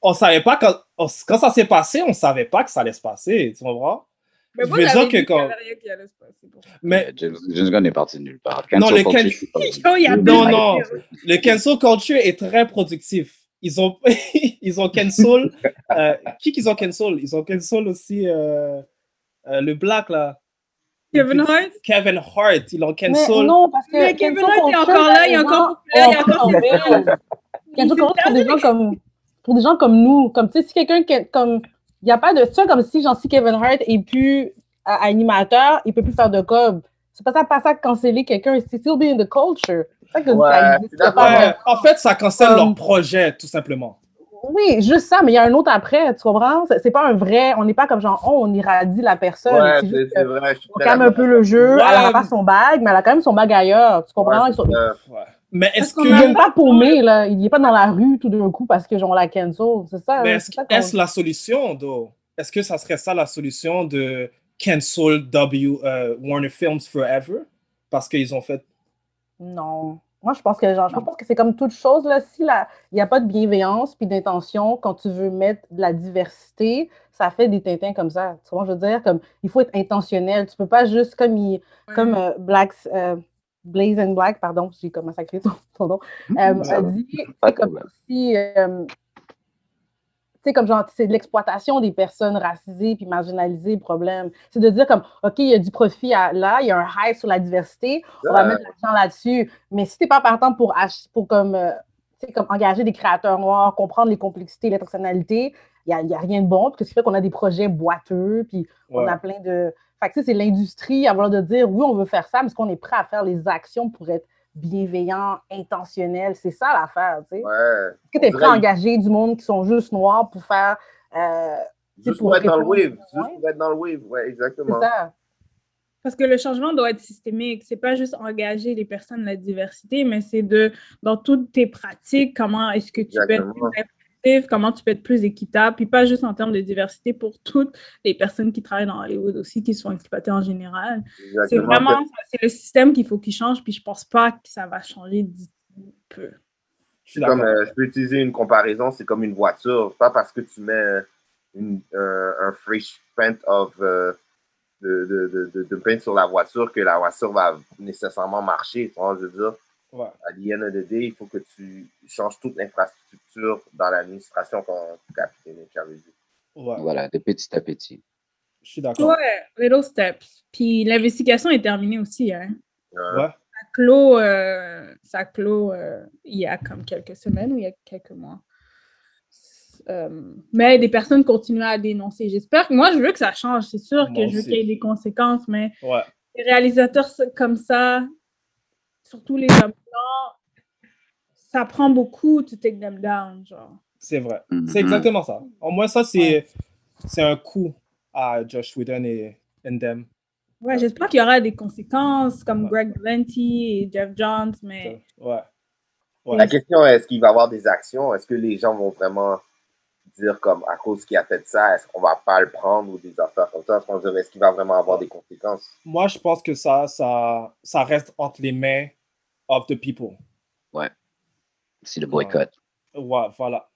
D: On savait pas quand, on- quand ça s'est passé, on savait pas que ça allait se passer. Tu comprends?
E: Mais
D: Je
E: moi,
D: veux
E: j'avais
D: dire que
E: dit qu'il y
D: quand.
E: avait rien qui allait se passer.
D: Mais
G: James, James Gunn est parti de nulle part.
D: non,
G: Cancel
D: le can-
G: culture, c'est pas-
E: Yo, Oh, il y a
D: non,
E: deux
D: non.
E: films.
D: Le cancel culture est très productif. Ils ont, ils ont cancel. euh, qui qu'ils ont cancel? Ils ont cancel aussi euh, euh, le black là.
E: Kevin Hart?
D: Kevin Hart, ils l'ont
F: Mais
D: cancel.
F: non, parce que.
E: Mais Kevin Hart est
F: Cancel
E: encore là, il est
F: culture,
E: encore populaire, il est encore
F: vraiment
E: populaire.
F: Cancel culture, pour des gens comme pour des gens comme nous, comme tu sais, si quelqu'un qui est comme il n'y a pas de tu vois, comme si genre si Kevin Hart est plus euh, animateur, il peut plus faire de cob. C'est pas ça, pas ça canceller quelqu'un, it's still be in the culture. C'est ça que ça existe pas.
D: Ouais, En fait, ça cancelle
F: Euh,
D: leur projet, tout simplement.
F: Oui, juste ça, mais il y a un autre après, tu comprends? C'est c'est pas un vrai, on n'est pas comme genre, oh, on irradie la personne.
C: Ouais,
F: C'est juste
C: c'est c'est vrai. Je suis
F: on
C: très
F: calme un
C: d'accord.
F: peu le jeu,
C: Ouais.
F: elle a pas son bague, mais elle a quand même son bague ailleurs, tu comprends? Ils sont-
C: Euh,
D: Mais est-ce
F: Il n'est
D: que.
F: pas paumé, là. Il n'est pas dans la rue tout d'un coup parce que genre on la cancel. C'est ça.
D: Mais
F: hein,
D: est-ce
F: c'est ça qu'on-
D: est-ce la solution, though? Est-ce que ça serait ça la solution de cancel W euh, Warner Films forever? Parce qu'ils ont fait.
F: Non. Moi, je pense que genre, je pense que c'est comme toute chose, là. Si la- il n'y a pas de bienveillance puis d'intention quand tu veux mettre de la diversité, ça fait des tintins comme ça. Tu vois, je veux dire, comme il faut être intentionnel. Tu peux pas juste comme il, comme euh, Blacks, euh, Blaze and Black, pardon, j'ai commencé à crier ton, ton nom, euh,
G: Mmh, ça
F: a
G: va.
F: dit, tu
G: Pas
F: sais,
G: de
F: comme
G: problème.
F: si, euh, tu sais, comme genre, c'est de l'exploitation des personnes racisées puis marginalisées, le problème. C'est de dire comme, OK, il y a du profit à- là, il y a un high sur la diversité, on va
H: Ouais.
F: mettre de l'argent là-dessus. Mais si t'es pas partant pour, ach- pour comme, euh, tu sais, comme engager des créateurs noirs, comprendre les complexités, l'intersonnalité, il n'y a, y a rien de bon. Puis ce qui fait qu'on a des projets boiteux, puis on
H: Ouais.
F: a plein de... Fait que tu sais, c'est l'industrie à vouloir de dire, oui, on veut faire ça, mais est-ce qu'on est prêt à faire les actions pour être bienveillant, intentionnel? C'est ça l'affaire, tu sais.
C: Ouais.
F: Est-ce que tu es
C: On
F: prêt à
C: dirait-
F: engager du monde qui sont juste noirs pour faire. euh, tu sais,
C: Juste pour être dans le
F: répondre-
C: wave. Juste pour être dans le wave. Ouais, exactement.
F: C'est ça.
E: Parce que le changement doit être systémique. C'est pas juste engager les personnes de la diversité, mais c'est de dans toutes tes pratiques, comment est-ce que tu peux
C: Exactement.
E: être plus inclusif, comment tu peux être plus équitable, puis pas juste en termes de diversité pour toutes les personnes qui travaillent dans Hollywood aussi, qui sont exploitées en général. C'est
C: Exactement.
E: vraiment ça, c'est le système qu'il faut qu'il change, puis je pense pas que ça va changer d'ici peu.
C: C'est comme, euh, je peux utiliser une comparaison, c'est comme une voiture. Pas parce que tu mets euh, une- un- un fresh paint of, euh, de, de, de, de- de paint sur la voiture que la voiture va nécessairement marcher. Tu vois, je veux dire,
D: Ouais.
C: à l'INEDD, il faut que tu changes toute l'infrastructure dans l'administration quand capitaine avait dit.
G: Voilà, de petit à petit.
D: Je suis d'accord.
E: Ouais, little steps. Puis l'investigation est terminée aussi, hein.
D: Ouais.
E: Ça clôt, euh, ça clôt euh, il y a comme quelques semaines ou il y a quelques mois. Euh, mais des personnes continuent à dénoncer. J'espère que moi, je veux que ça change. C'est sûr
H: Moi
E: que je veux
H: aussi.
E: qu'il y ait des conséquences, mais
D: Ouais.
E: les réalisateurs s- comme ça, surtout les hommes blancs, ça prend beaucoup to take them down. Genre.
D: C'est vrai.
G: Mm-hmm.
D: C'est
C: Mhm.
D: exactement ça. Au moins, ça, c'est c'est un coup à Josh Whedon et Endem.
E: Ouais, j'espère qu'il y aura des conséquences comme Greg Valenti et Jeff Jones, mais
D: Ouais.
C: La question est, est-ce qu'il va y avoir des actions? Est-ce que les gens vont vraiment dire comme à cause qu'il a fait ça, est-ce qu'on va pas le prendre ou des affaires comme ça? Est-ce qu'on va dire, Est-ce qu'il va vraiment avoir des conséquences?
D: Moi, je pense que ça, ça, ça reste entre les mains of the people.
G: Ouais. C'est le boycott.
D: Ouais, voilà.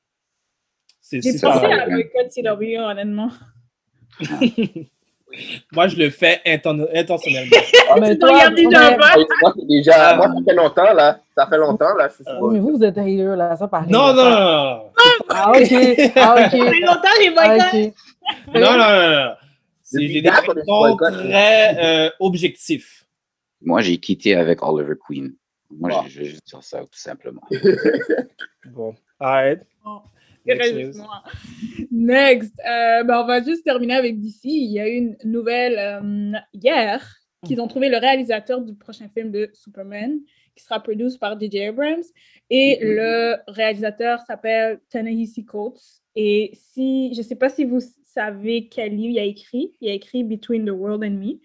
D: C'est
E: j'ai
D: c'est
E: pensé
D: ça.
E: à boycott CW, honnêtement.
D: Moi, je le fais inten- intentionnellement.
F: Mais toi,
E: regardé
F: toi, mais-
C: Moi, c'est
D: Ah.
C: déjà, moi, ça fait longtemps, là. Ça fait longtemps, là. Je suis sur-
F: Ah Oui, mais vous, vous êtes ailleurs, là, ça paraît.
D: Non, non, non,
F: Ah, ok. Ah, ok. Ah,
D: Ça fait
E: longtemps, j'ai
F: boycotté.
D: non, non, non, non, non. C'est j'ai des
C: quand on est
D: raisons
C: boycott,
D: très euh, objectives.
G: Moi, j'ai quitté avec Oliver Queen. Moi, je je vais juste dire ça, tout simplement.
E: Oh,
D: Bon, all right.
E: Il reste juste moi. Next. Euh, ben, on va juste terminer avec DC. Il y a eu une nouvelle euh, hier qu'ils ont trouvé le réalisateur du prochain film de Superman qui sera produit par J.J. Abrams. Et
F: Mm-hmm.
E: le réalisateur s'appelle Ta-Nehisi Coates. Et si, je ne sais pas si vous savez quel livre il a écrit. Il a écrit Between the World and Me.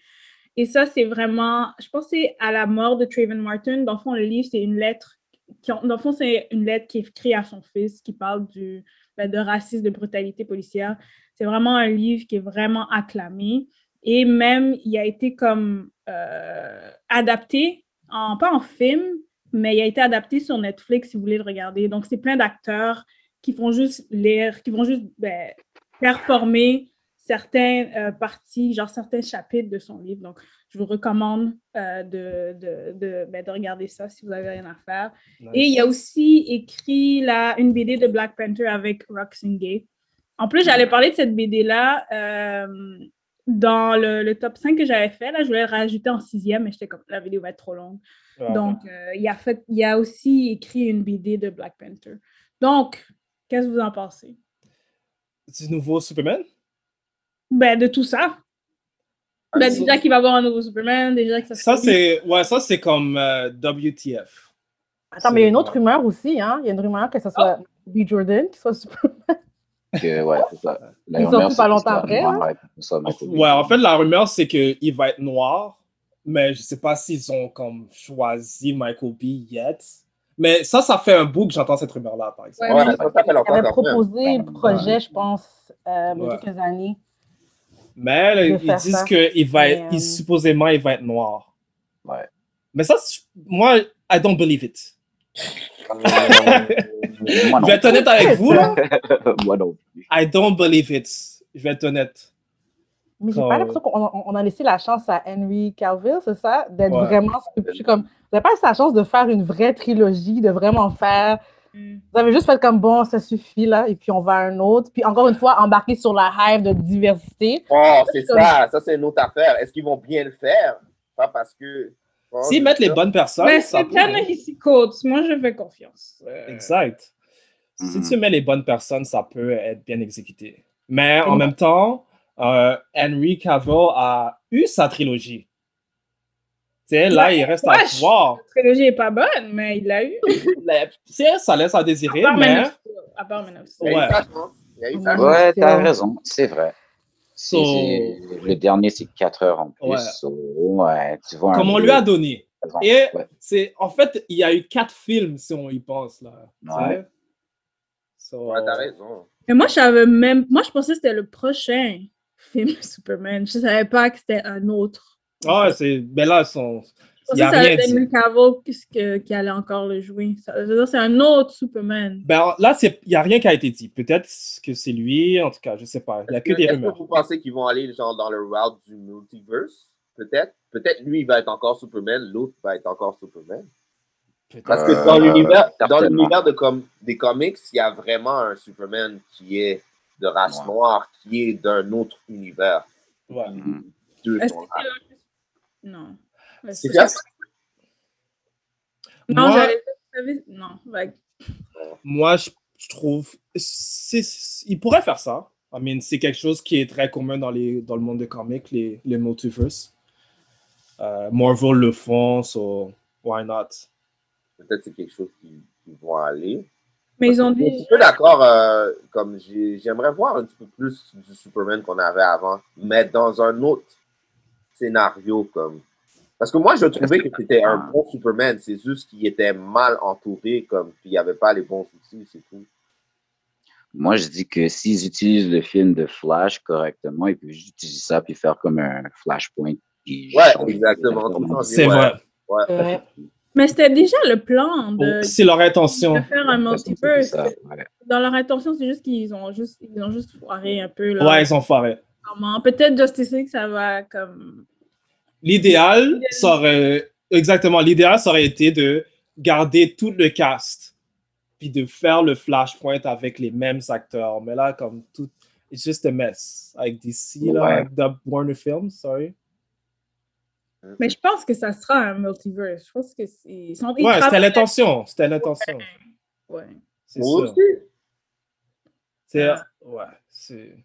E: Et ça, c'est vraiment, je pense, que c'est à la mort de Trayvon Martin. Dans le fond, le livre, c'est une lettre. Qui, dans le fond, c'est une lettre qui est écrite à son fils qui parle du, ben, de racisme, de brutalité policière. C'est vraiment un livre qui est vraiment acclamé. Et même, il a été comme euh, adapté, en, pas en film, mais il a été adapté sur Netflix si vous voulez le regarder. Donc, c'est plein d'acteurs qui font juste lire, qui vont juste ben, performer certaines euh, parties, genre certains chapitres de son livre. Donc, je vous recommande euh, de, de, de, ben, de regarder ça si vous n'avez rien à faire. Et il y a aussi écrit la, une BD de Black Panther avec Roxane Gay. En plus, j'allais parler de cette BD-là euh, dans le, le top 5 que j'avais fait. Là, je voulais le rajouter en sixième, mais j'étais comme la vidéo va être trop longue.
D: Ah.
E: Donc, euh, il, a fait, il a aussi écrit une BD de Black Panther. Donc, qu'est-ce que vous en pensez?
D: Du nouveau Superman?
E: Ben, de tout ça. Ben, déjà qu'il va y avoir un nouveau Superman, déjà que ça
D: Ça, c'est ouais, ça, c'est comme euh, WTF.
F: Attends, mais il y a une autre rumeur aussi, hein? Il y a une rumeur que ce soit B. Jordan qui soit Superman.
G: Que, euh, ouais, c'est ça. La
F: Ils
G: rumeur,
F: sortent
G: c'est
F: pas
G: que
F: longtemps
G: ça-
F: après, hein?
G: ouais, ça, Michael B.
D: Ouais, en fait, la rumeur, c'est qu'il va être noir, mais je sais pas s'ils ont comme choisi Michael B. yet. Mais ça, ça fait un bout que j'entends cette rumeur-là, par exemple.
F: Ouais, mais
C: Ah,
F: il avait proposé le projet, je pense, euh, il y a
D: Ouais.
F: quelques années.
D: Mais là,
F: de
D: ils
F: faire
D: disent
F: ça.
D: qu'il va être,
F: Mais, euh,
D: il- supposément, il va être noir. Ouais. Mais ça, c'est- moi, I don't believe it.
G: Moi,
D: je
G: Ah non.
D: vais être honnête avec vous, là.
G: Moi non.
D: I don't believe it. Je vais être honnête.
F: Mais j'ai
D: Quand- euh,
F: pas l'impression qu'on on- on a laissé la chance à Henry Cavill, c'est ça? D'être
D: Ouais.
F: vraiment. Je suis comme. Vous n'avez pas laissé la chance de faire une vraie trilogie, de vraiment faire.
E: Mm.
F: Vous avez juste fait comme bon, ça suffit là, et puis on va à un autre. Puis encore une fois, embarquer sur la rêve de diversité.
C: Oh, c'est ça. Ça, c'est une autre affaire. Est-ce qu'ils vont bien le faire? Pas parce que. Oh,
G: Oh,
C: Bon,
D: S'ils mettent les bonnes personnes,
E: Mais
D: ça
E: c'est
D: peut-
E: Ta-Nehisi Coates. Moi, je fais confiance. Euh,
D: Exact. Si tu mets les bonnes personnes, ça peut être bien exécuté. Mais en même temps, euh, Henry Cavill a eu sa trilogie. Tu sais, là, il reste à
E: wesh.
D: voir.
E: La trilogie n'est pas bonne, mais il l'a eu.
D: Tu sais, ça laisse à désirer,
E: À part Man
D: mais...
E: of Steel. À part Man of Steel.
D: Ouais.
C: hein.
G: Ouais, t'as raison, c'est vrai.
D: So-
G: C'est- c'est- Le dernier, c'est 4 heures en plus.
D: Ouais.
G: so, ouais, tu vois. un
D: Comme on
G: peu-
D: lui a donné.
G: Raison,
D: Et
G: ouais.
D: c'est en fait, il y a eu quatre films, si on y pense, là. Tu sais?
G: Ouais.
D: So,
C: T'as raison.
E: Mais moi, je savais même. Moi, je pensais que c'était le prochain film de Superman. Je savais pas que c'était un autre.
D: Ah, c'est... Mais là, son...
E: Je
D: il y
E: pensais
D: a
E: que ça allait
D: rien
E: être
D: dit.
E: Henry Cavill puisque- qui allait encore le jouer. Ça- je veux dire, c'est un autre Superman.
D: Ben, là, c'est- il n'y a rien qui a été dit. Peut-être que c'est lui, en tout cas, je sais pas. Il n'y a que des
C: Est-ce
D: rumeurs.
C: que vous pensez qu'ils vont aller genre dans le route du multiverse? Peut-être. Peut-être lui, il va être encore Superman, l'autre va être encore Superman. Parce que dans
G: Euh,
C: l'univers, dans
G: certainement.
C: l'univers de com- des comics, il y a vraiment un Superman qui est de race noire, qui est d'un autre univers.
D: Ouais.
C: Deux
E: Est-ce
C: sont
E: que
C: là.
E: Non.
C: C'est bien ça?
E: Non,
D: Moi-
E: j'avais j'avais- Non, ouais.
D: Moi, je, je trouve. c'est- c'est- il pourrait faire ça. I mean, c'est quelque chose qui est très commun dans, les, dans le monde des comics, les, les multiverse. Euh, Marvel le font, so why not?
C: Peut-être c'est quelque chose qui, qui vont aller.
E: Mais ils ont
C: Je suis un
E: dit.
C: petit peu d'accord, euh, comme j'ai- j'aimerais voir un petit peu plus du Superman qu'on avait avant, mais dans un autre scénario. comme Parce que moi, je trouvais que c'était un bon Superman, c'est juste qu'il était mal entouré, comme puis il n'y avait pas les bons outils, c'est tout.
G: Moi, je dis que s'ils utilisent le film de Flash correctement, ils peuvent juste utiliser ça puis faire comme un Flashpoint. puis
C: Ouais,
G: changer
C: exactement.
G: complètement.
C: tout changer,
D: C'est
C: ouais.
D: vrai.
C: Ouais.
E: Ouais. euh, Mais c'était déjà le plan de,
F: Euh,
D: Oh, c'est leur intention.
E: de faire un multiverse.
D: Ça, ouais.
E: Dans leur intention, c'est juste qu'ils ont juste ils ont juste foiré un peu. là.
D: Ouais, ils ont foiré.
E: Comment- Peut-être Justice League, ça va comme.
D: L'idéal, ça aurait. Exactement, l'idéal, ça aurait été de garder tout le cast puis de faire le flashpoint avec les mêmes acteurs. Mais là, comme tout. It's just a mess. Avec DC, là,
G: Ouais.
D: avec The Warner Films, sorry.
E: Mais je pense que ça sera un multiverse. Je pense que c'est. ils sont- ils
D: Ouais, c'était
E: travaillent-
D: l'intention. C'était l'intention.
E: Ouais.
D: C'est
E: Moi
D: ça.
E: aussi.
D: C'est ouais, c'est-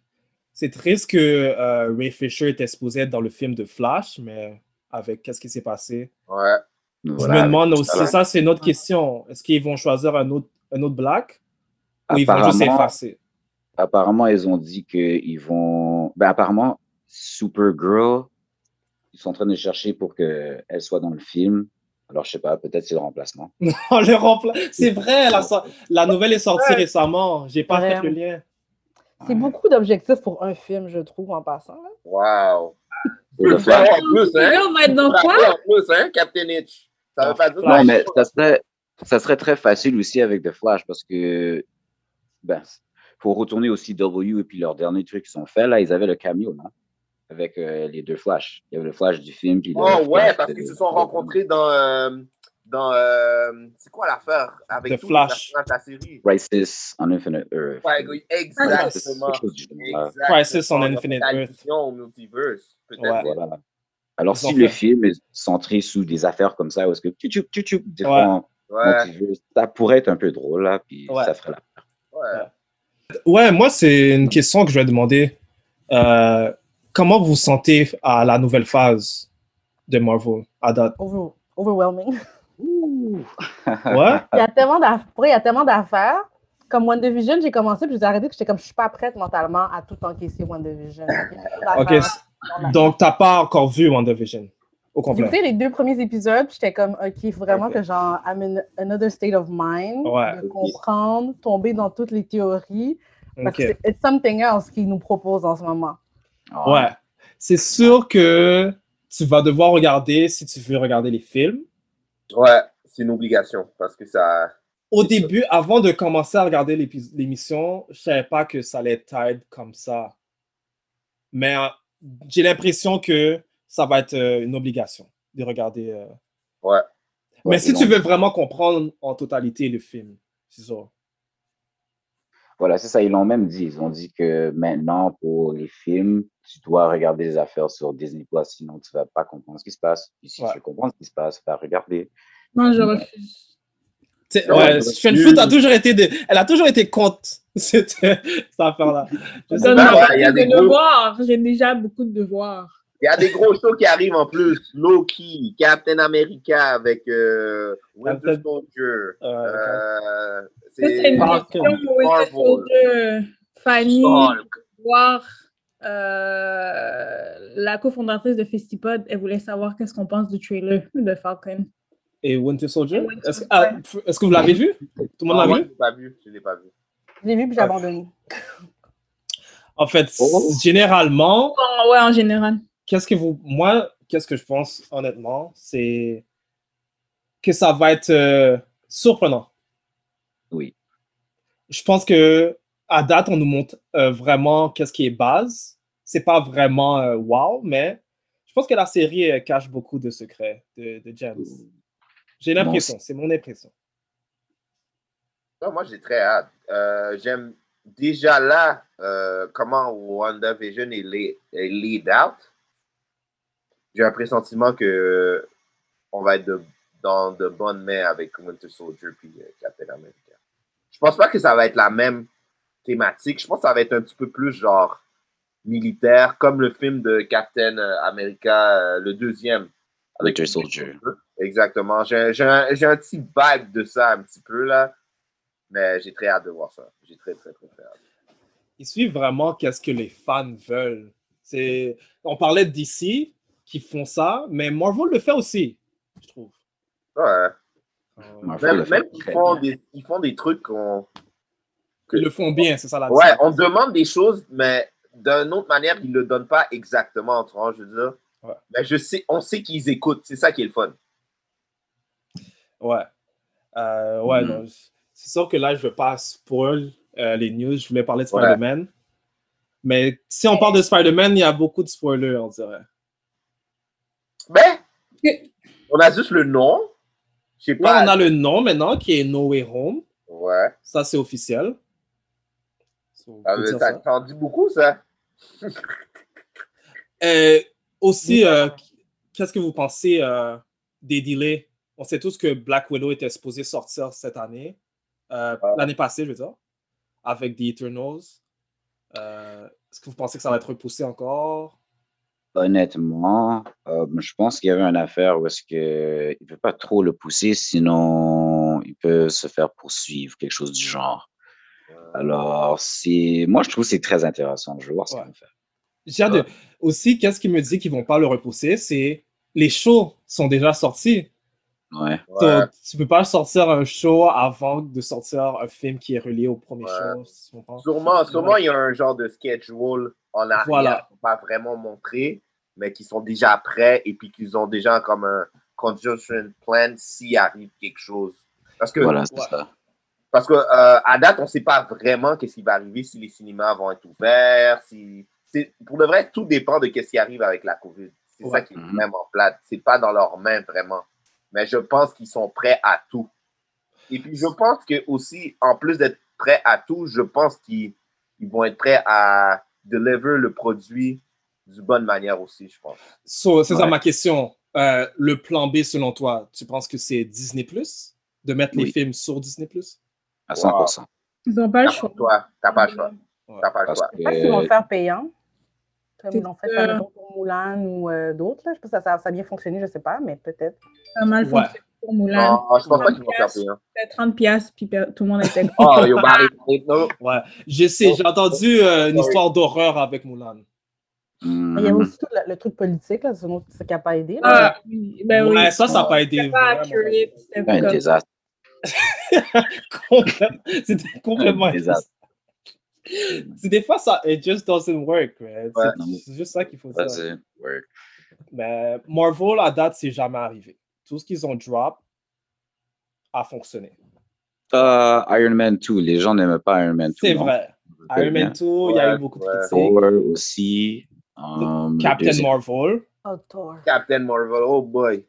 D: c'est triste que euh, Ray Fisher était supposé être dans le film de Flash, mais avec qu'est-ce qui s'est passé?
C: Ouais.
D: Je me
G: Voilà,
D: demande
G: avec tout
D: aussi,
G: ça.
D: ça c'est une autre question. Est-ce qu'ils vont choisir un autre, un autre black ou ils vont juste
G: Apparemment-
D: effacer?
G: Apparemment, ils ont dit qu'ils vont. Ben, apparemment, Supergirl, ils sont en train de chercher pour qu'elle soit dans le film. Alors, je sais pas, peut-être c'est le remplacement.
D: On le remplace. C'est vrai, la, so- la nouvelle est sortie récemment. J'ai pas fait le lien.
F: C'est beaucoup d'objectifs pour un film, je trouve, en passant. là.
C: Wow. hein.
G: Et le Flash-
E: on va être dans quoi?
C: En plus, hein, Captain Hitch. Ça veut pas dire
G: Non, mais ça serait, ça serait très facile aussi avec The Flash parce que, ben, faut retourner aussi W et puis leur dernier truc qu'ils ont fait, là, ils avaient le cameo, non? Avec euh, les deux Flash. Il y avait le Flash du film. Puis le
C: Oh
G: Flash
C: ouais,
G: de-
C: parce qu'ils se sont rencontrés dans. euh, dans euh, c'est quoi l'affaire avec
G: The
C: tous
G: Flash.
C: les personnages de la série?
G: Crisis on Infinite Earth.
C: Ouais, oui, Exactement.
G: Quelque chose du genre.
C: Exactement.
G: Crisis on Infinite
C: La
G: Earth.
C: vision au multiverse. Peut-être.
G: Ouais.
C: c'est-
G: Voilà. Alors,
C: Ils
G: si
C: ont
G: le
C: fait.
G: film est centré sous des affaires comme ça, où est-ce que tu tu tu tu différents
C: Ouais.
G: multivers, ça pourrait être un peu drôle, là, puis ça ferait la
C: Ouais.
D: Ouais, moi, c'est une question que je vais demander. Euh, comment vous vous sentez à la nouvelle phase de Marvel à date?
F: Over- overwhelming.
D: Ouais?
F: Il y a tellement d'aff- pour vrai, il y a tellement d'affaires. Comme WandaVision, j'ai commencé, puis j'ai arrêté, puis j'étais comme, je suis pas prête mentalement à tout encaisser WandaVision. Ah,
D: Ok.
F: bah,
D: c- Donc, t'as pas encore vu WandaVision au
F: J'ai écouté
D: complet.
F: les deux premiers épisodes, puis j'étais comme, OK, faut vraiment que j'en I'm in another state of mind,
D: Ouais,
F: de
D: ok.
F: comprendre, tomber dans toutes les théories. Parce
D: Ok.
F: que c'est it's something else qu'ils nous proposent en ce moment.
G: Ah,
D: Ouais. C'est sûr que tu vas devoir regarder si tu veux regarder les films.
C: Ouais, c'est une obligation parce que ça.
D: Au début, avant de commencer à regarder l'épis- l'émission, je savais pas que ça allait être comme ça. Mais euh, j'ai l'impression que ça va être euh, une obligation de regarder. euh,
C: Ouais.
D: Mais
G: Ouais,
D: si
G: ils
D: tu
G: ont-
D: veux vraiment comprendre en totalité le film, c'est ça.
G: Voilà, c'est ça. Ils l'ont même dit. Ils ont dit que maintenant, pour les films, tu dois regarder les affaires sur Disney Plus, sinon tu vas pas comprendre ce qui se passe. Puis si tu comprends ce qui se passe, tu vas regarder.
E: Moi, je refuse.
D: T'sais,
G: Ouais,
D: Ouais,
G: parce
D: Sven
G: que-
D: Foot a toujours été de- elle a toujours été contre cette, cette affaire-là. Je sais
E: Ça me
D: pas.
E: rappelle des devoirs. J'ai déjà beaucoup de devoirs.
C: Il y a des gros shows qui arrivent en plus. Loki, Captain America avec euh, Winter Soldier. euh,
E: Ça, C'est une question où est euh, Fanny
C: Hulk.
E: voir euh, la cofondatrice de Festipod, elle voulait savoir qu'est-ce qu'on pense du trailer de Falcon.
D: Et Winter Soldier? Est-ce que, ah, f- est-ce que vous l'avez vu? Tout le monde
C: Ah,
D: l'a
C: moi,
D: vu?
C: Je l'ai pas vu. Je l'ai pas vu.
F: Je l'ai vu, puis j'ai abandonné.
D: En fait,
G: Oh.
D: généralement,
E: Bon, ouais, en général.
D: qu'est-ce que vous, moi, qu'est-ce que je pense honnêtement, c'est que ça va être euh, surprenant.
G: Oui.
D: Je pense que à date, on nous montre euh, vraiment qu'est-ce qui est base. C'est pas vraiment euh, wow, mais je pense que la série euh, cache beaucoup de secrets de, de James. J'ai
C: Moi
D: l'impression,
C: aussi.
D: c'est mon impression.
C: Non, moi, j'ai très hâte. Euh, J'aime déjà là euh, comment WandaVision est lead, est lead out. J'ai un pressentiment que on va être de- dans de bonnes mains avec Winter Soldier puis euh, Captain America. Je pense pas que ça va être la même thématique. Je pense que ça va être un petit peu plus genre militaire, comme le film de Captain America, euh, le deuxième.
G: Winter Soldier.
C: Exactement. J'ai j'ai un, j'ai un petit vibe de ça un petit peu là. Mais j'ai très hâte de voir ça. J'ai très, très, très, très hâte.
D: ils suivent vraiment qu'est-ce que les fans veulent. C'est, on parlait d'ici qui font ça, mais Marvel le fait aussi, je trouve.
C: Ouais.
D: Marvel le
C: Même,
D: fait
C: même ils,
D: très
C: font
D: bien.
C: des, ils font des trucs qu'on.
D: Ils le font bien, Ah, c'est ça la
C: Ouais, on
D: différence.
C: demande des choses, mais d'une autre manière, ils ne le donnent pas exactement, tu vois, je veux dire. Mais je sais, on sait qu'ils écoutent, c'est ça qui est le fun.
D: Ouais. Euh, ouais,
C: Mhm.
D: non, je- c'est sûr que là, je ne veux pas spoil euh, les news. Je voulais parler de
C: Ouais.
D: Spider-Man. Mais si on parle de Spider-Man, il y a beaucoup de spoilers, on dirait.
C: Mais on a juste le nom. Je sais
D: Là, on a le nom maintenant qui est No Way Home.
C: Ouais.
D: Ça, c'est officiel. So, on
C: Ah,
D: peut
C: mais
D: dire ça.
C: ça grandit beaucoup, ça.
D: Euh, aussi, euh, qu'est-ce que vous pensez euh, des delays? On sait tous que Black Widow était supposé sortir cette année, euh, l'année passée, je veux dire. avec The Eternals. Euh, Est-ce que vous pensez que ça va être repoussé encore?
G: Honnêtement, euh, je pense qu'il y avait une affaire où est-ce que il peut pas trop le pousser, sinon il peut se faire poursuivre, quelque chose du genre.
D: Euh,
G: Alors, c'est moi je trouve que c'est très intéressant. Je veux voir ce qu'ils vont faire.
D: J'ai hâte de- Aussi, qu'est-ce qui me dit qu'ils vont pas le repousser? C'est les shows sont déjà sortis.
G: Ouais.
D: Donc, tu peux pas sortir un show avant de sortir un film qui est relié au premier show. si tu comprends.
C: Sûrement, sûrement,
D: Ouais.
C: il y a un genre de schedule en arrière
D: Voilà.
C: qu'on pas vraiment montré, mais qui sont déjà prêts et puis qu'ils ont déjà comme un conjunction plan s'il arrive quelque chose. Parce que,
G: Voilà, c'est
C: Ouais.
G: ça.
C: parce que euh, à date, on ne sait pas vraiment qu'est-ce qui va arriver, si les cinémas vont être ouverts, si... c'est- Pour le vrai, tout dépend de qu'est-ce qui arrive avec la COVID. C'est ça qui est vraiment plate. C'est pas dans leurs mains, vraiment. Mais je pense qu'ils sont prêts à tout. Et puis, je pense que aussi, en plus d'être prêts à tout, je pense qu'ils ils vont être prêts à deliver le produit d'une bonne manière aussi, je pense.
D: So, c'est ça
C: Ouais.
D: ma question. Euh, le plan B, selon toi, tu penses que c'est Disney Plus De mettre les
C: Oui.
D: films sur Disney Plus
G: À 100%.
E: Ils n'ont pas le choix.
C: Toi, t'as pas le choix. T'as pas le
G: Parce
D: Ah,
C: choix.
F: Je sais pas s'ils
G: Euh,
F: vont le faire payant, comme ils l'ont fait
E: Euh.
F: avec pour Moulin ou euh, d'autres. là. Je pense que ça, ça, ça a bien fonctionné, je sais pas, mais peut-être.
E: Pas mal
F: Ouais.
E: fonctionné pour Moulin.
C: Non, Ah, je pense pas qu'ils vont faire pire. hein.
E: C'était 30 piastres, puis per- tout le monde était
C: Oh, yo, bah, arrête,
D: Ouais, je sais, j'ai entendu euh, une histoire d'horreur avec Mulan.
F: Mais
G: Mm. hmm,
F: Il y a aussi tout le, le truc politique, là, c'est un autre- c'est qui n'a pas aidé.
D: Ah,
F: Là.
D: oui, ben oui. Ouais, ça, ça a pas aidé,
F: C'était
D: vraiment.
F: accurate,
E: c'était
G: un
F: comme-
G: désastre.
D: C'était complètement. C'est Des fois, ça, it just doesn't work, man. C'est-
G: Ouais.
D: C'est juste ça qu'il faut dire.
G: Vas-y, work.
D: Mais Marvel, à date, c'est jamais arrivé. Tout ce qu'ils ont drop a fonctionné.
G: Euh, Iron Man 2, les gens n'aimaient pas Iron Man 2.
D: C'est
G: non?
D: vrai.
G: Très
D: Iron Man
G: bien.
D: 2, il y a eu beaucoup de critiques.
G: Thor aussi. euh, le
D: Captain
G: deuxième.
D: Marvel.
E: Ah.
F: Oh,
C: Captain Marvel, oh boy.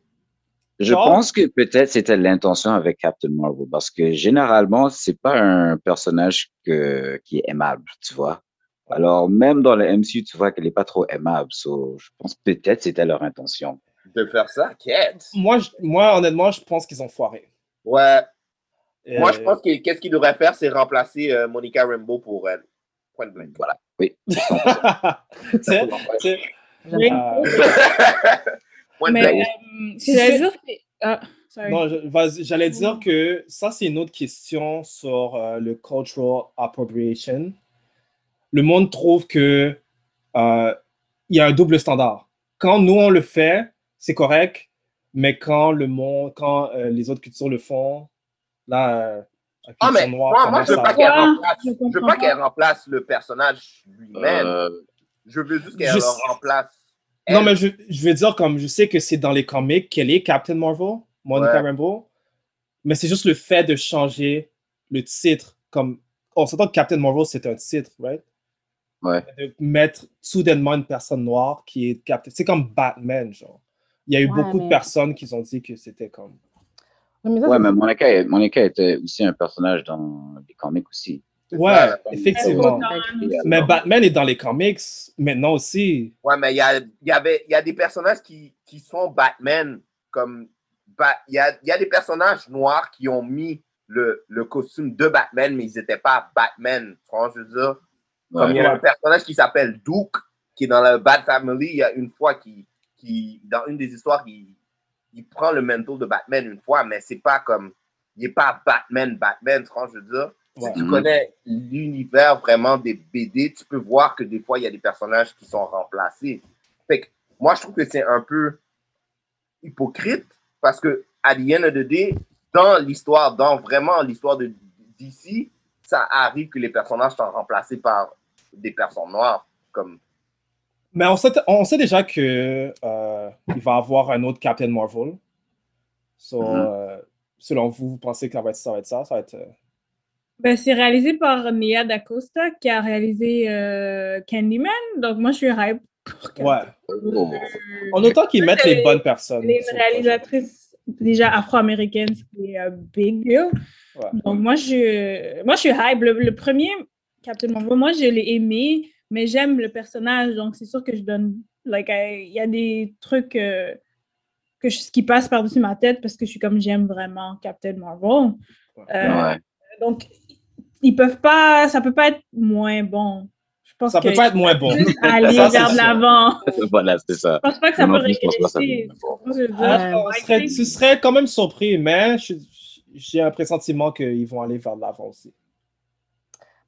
G: Je pense que peut-être c'était l'intention avec Captain Marvel parce que généralement, c'est pas un personnage que, qui est aimable, tu vois. Alors, même dans le MCU, tu vois qu'elle est pas trop aimable. so, je pense peut-être c'était leur intention.
C: De faire ça, quête.
D: Moi, je- moi, honnêtement, je pense qu'ils ont foiré.
C: Ouais.
D: Euh,
C: Moi, je pense que qu'est-ce qu'il devrait faire, c'est remplacer euh, Monica Rambeau pour elle. Point blank.
G: Voilà. Oui.
D: C'est- c'est- euh,
E: Mais-
C: Point
E: Mais
D: blank.
E: euh, ce que j'allais dire, c'est. Ah, sorry.
D: Non, je- vas-y, j'allais dire que ça, c'est une autre question sur euh, le cultural appropriation. Le monde trouve que euh, il y a un double standard. Quand nous, on le fait, c'est correct, mais quand le monde, quand euh, les autres cultures le font, là, euh, la
C: Ah, mais
D: culture noire
C: moi, moi, je veux
D: commence à-
C: pas qu'elle remplace, je veux pas qu'elle remplace le personnage lui-même.
G: Euh,
C: Je veux juste qu'elle
D: je-
C: le remplace.
D: Non, mais je, je veux dire, comme je sais que c'est dans les comics qu'elle est Captain Marvel, Monica
C: Ouais.
D: Rambeau, mais c'est juste le fait de changer le titre. Comme on s'entend que Captain Marvel, c'est un titre, right?
G: Ouais.
D: De mettre soudainement une personne noire qui est Captain. C'est comme Batman, genre. Il y a eu
F: Ouais,
D: beaucoup
F: mais-
D: de personnes qui ont dit que c'était comme.
F: Non, mais ça,
G: ouais,
F: c'est-
G: mais Monica, est- Monica était aussi un personnage dans les comics aussi.
D: Ouais,
G: ça, la-
D: effectivement. Mais Batman est dans les comics maintenant aussi.
C: Ouais, mais il y, a, il y avait, il y a des personnages qui, qui sont Batman. Comme Ba- il, y a, il y a des personnages noirs qui ont mis le, le costume de Batman, mais ils n'étaient pas Batman. Tu vois, je veux dire. Comme
G: Ouais.
C: il y a un personnage qui s'appelle Duke, qui est dans la Bat Family, il y a une fois qui, qui dans une des histoires, il, il prend le manteau de Batman une fois, mais c'est pas comme. Il n'est pas Batman, Batman, tu vois, je veux dire.
D: Ouais.
C: Si tu
D: Mhm.
C: connais l'univers vraiment des BD, tu peux voir que des fois, il y a des personnages qui sont remplacés. Fait que moi, je trouve que c'est un peu hypocrite parce que à the end of the day, dans l'histoire, dans vraiment l'histoire de DC, ça arrive que les personnages sont remplacés par des personnes noires. Comme...
D: Mais on sait, on sait déjà que euh, il va avoir un autre Captain Marvel. So,
C: Mhm.
D: euh, selon vous, vous pensez que ça va être ça, va être ça, ça va être, euh,
E: Ben, c'est réalisé par Nia D'Acosta qui a réalisé euh, Candyman. Donc, moi, je suis hype.
G: Oh,
D: Ouais. En autant qu'ils mettent les bonnes personnes.
E: Elle est une réalisatrice déjà afro-américaine, ce qui est un big deal.
D: Ouais.
E: Donc, moi, je, moi, je suis hype. Le, le premier Captain Marvel, moi, je l'ai aimé, mais j'aime le personnage. Donc, c'est sûr que je donne. like, I- Il y a des trucs euh, que je- qui passent par-dessus ma tête parce que je suis comme j'aime vraiment Captain Marvel. Euh,
G: Ouais.
E: Donc, ils peuvent pas, ça peut pas être moins bon. Je pense
D: Ça
E: que-
D: peut pas être moins bon.
E: Juste aller
D: Ça, c'est
E: vers de
D: sûr.
E: l'avant.
G: voilà, c'est ça.
E: Je pense pas que ça
G: Moi
E: peut
G: non plus, je pense pas que ça peut
E: régresser.
G: être
E: Tu comprends ce que je veux dire?
D: Ah, on serait- tu serais quand même surpris, mais je- j'ai un pressentiment qu'ils vont aller vers de l'avant aussi.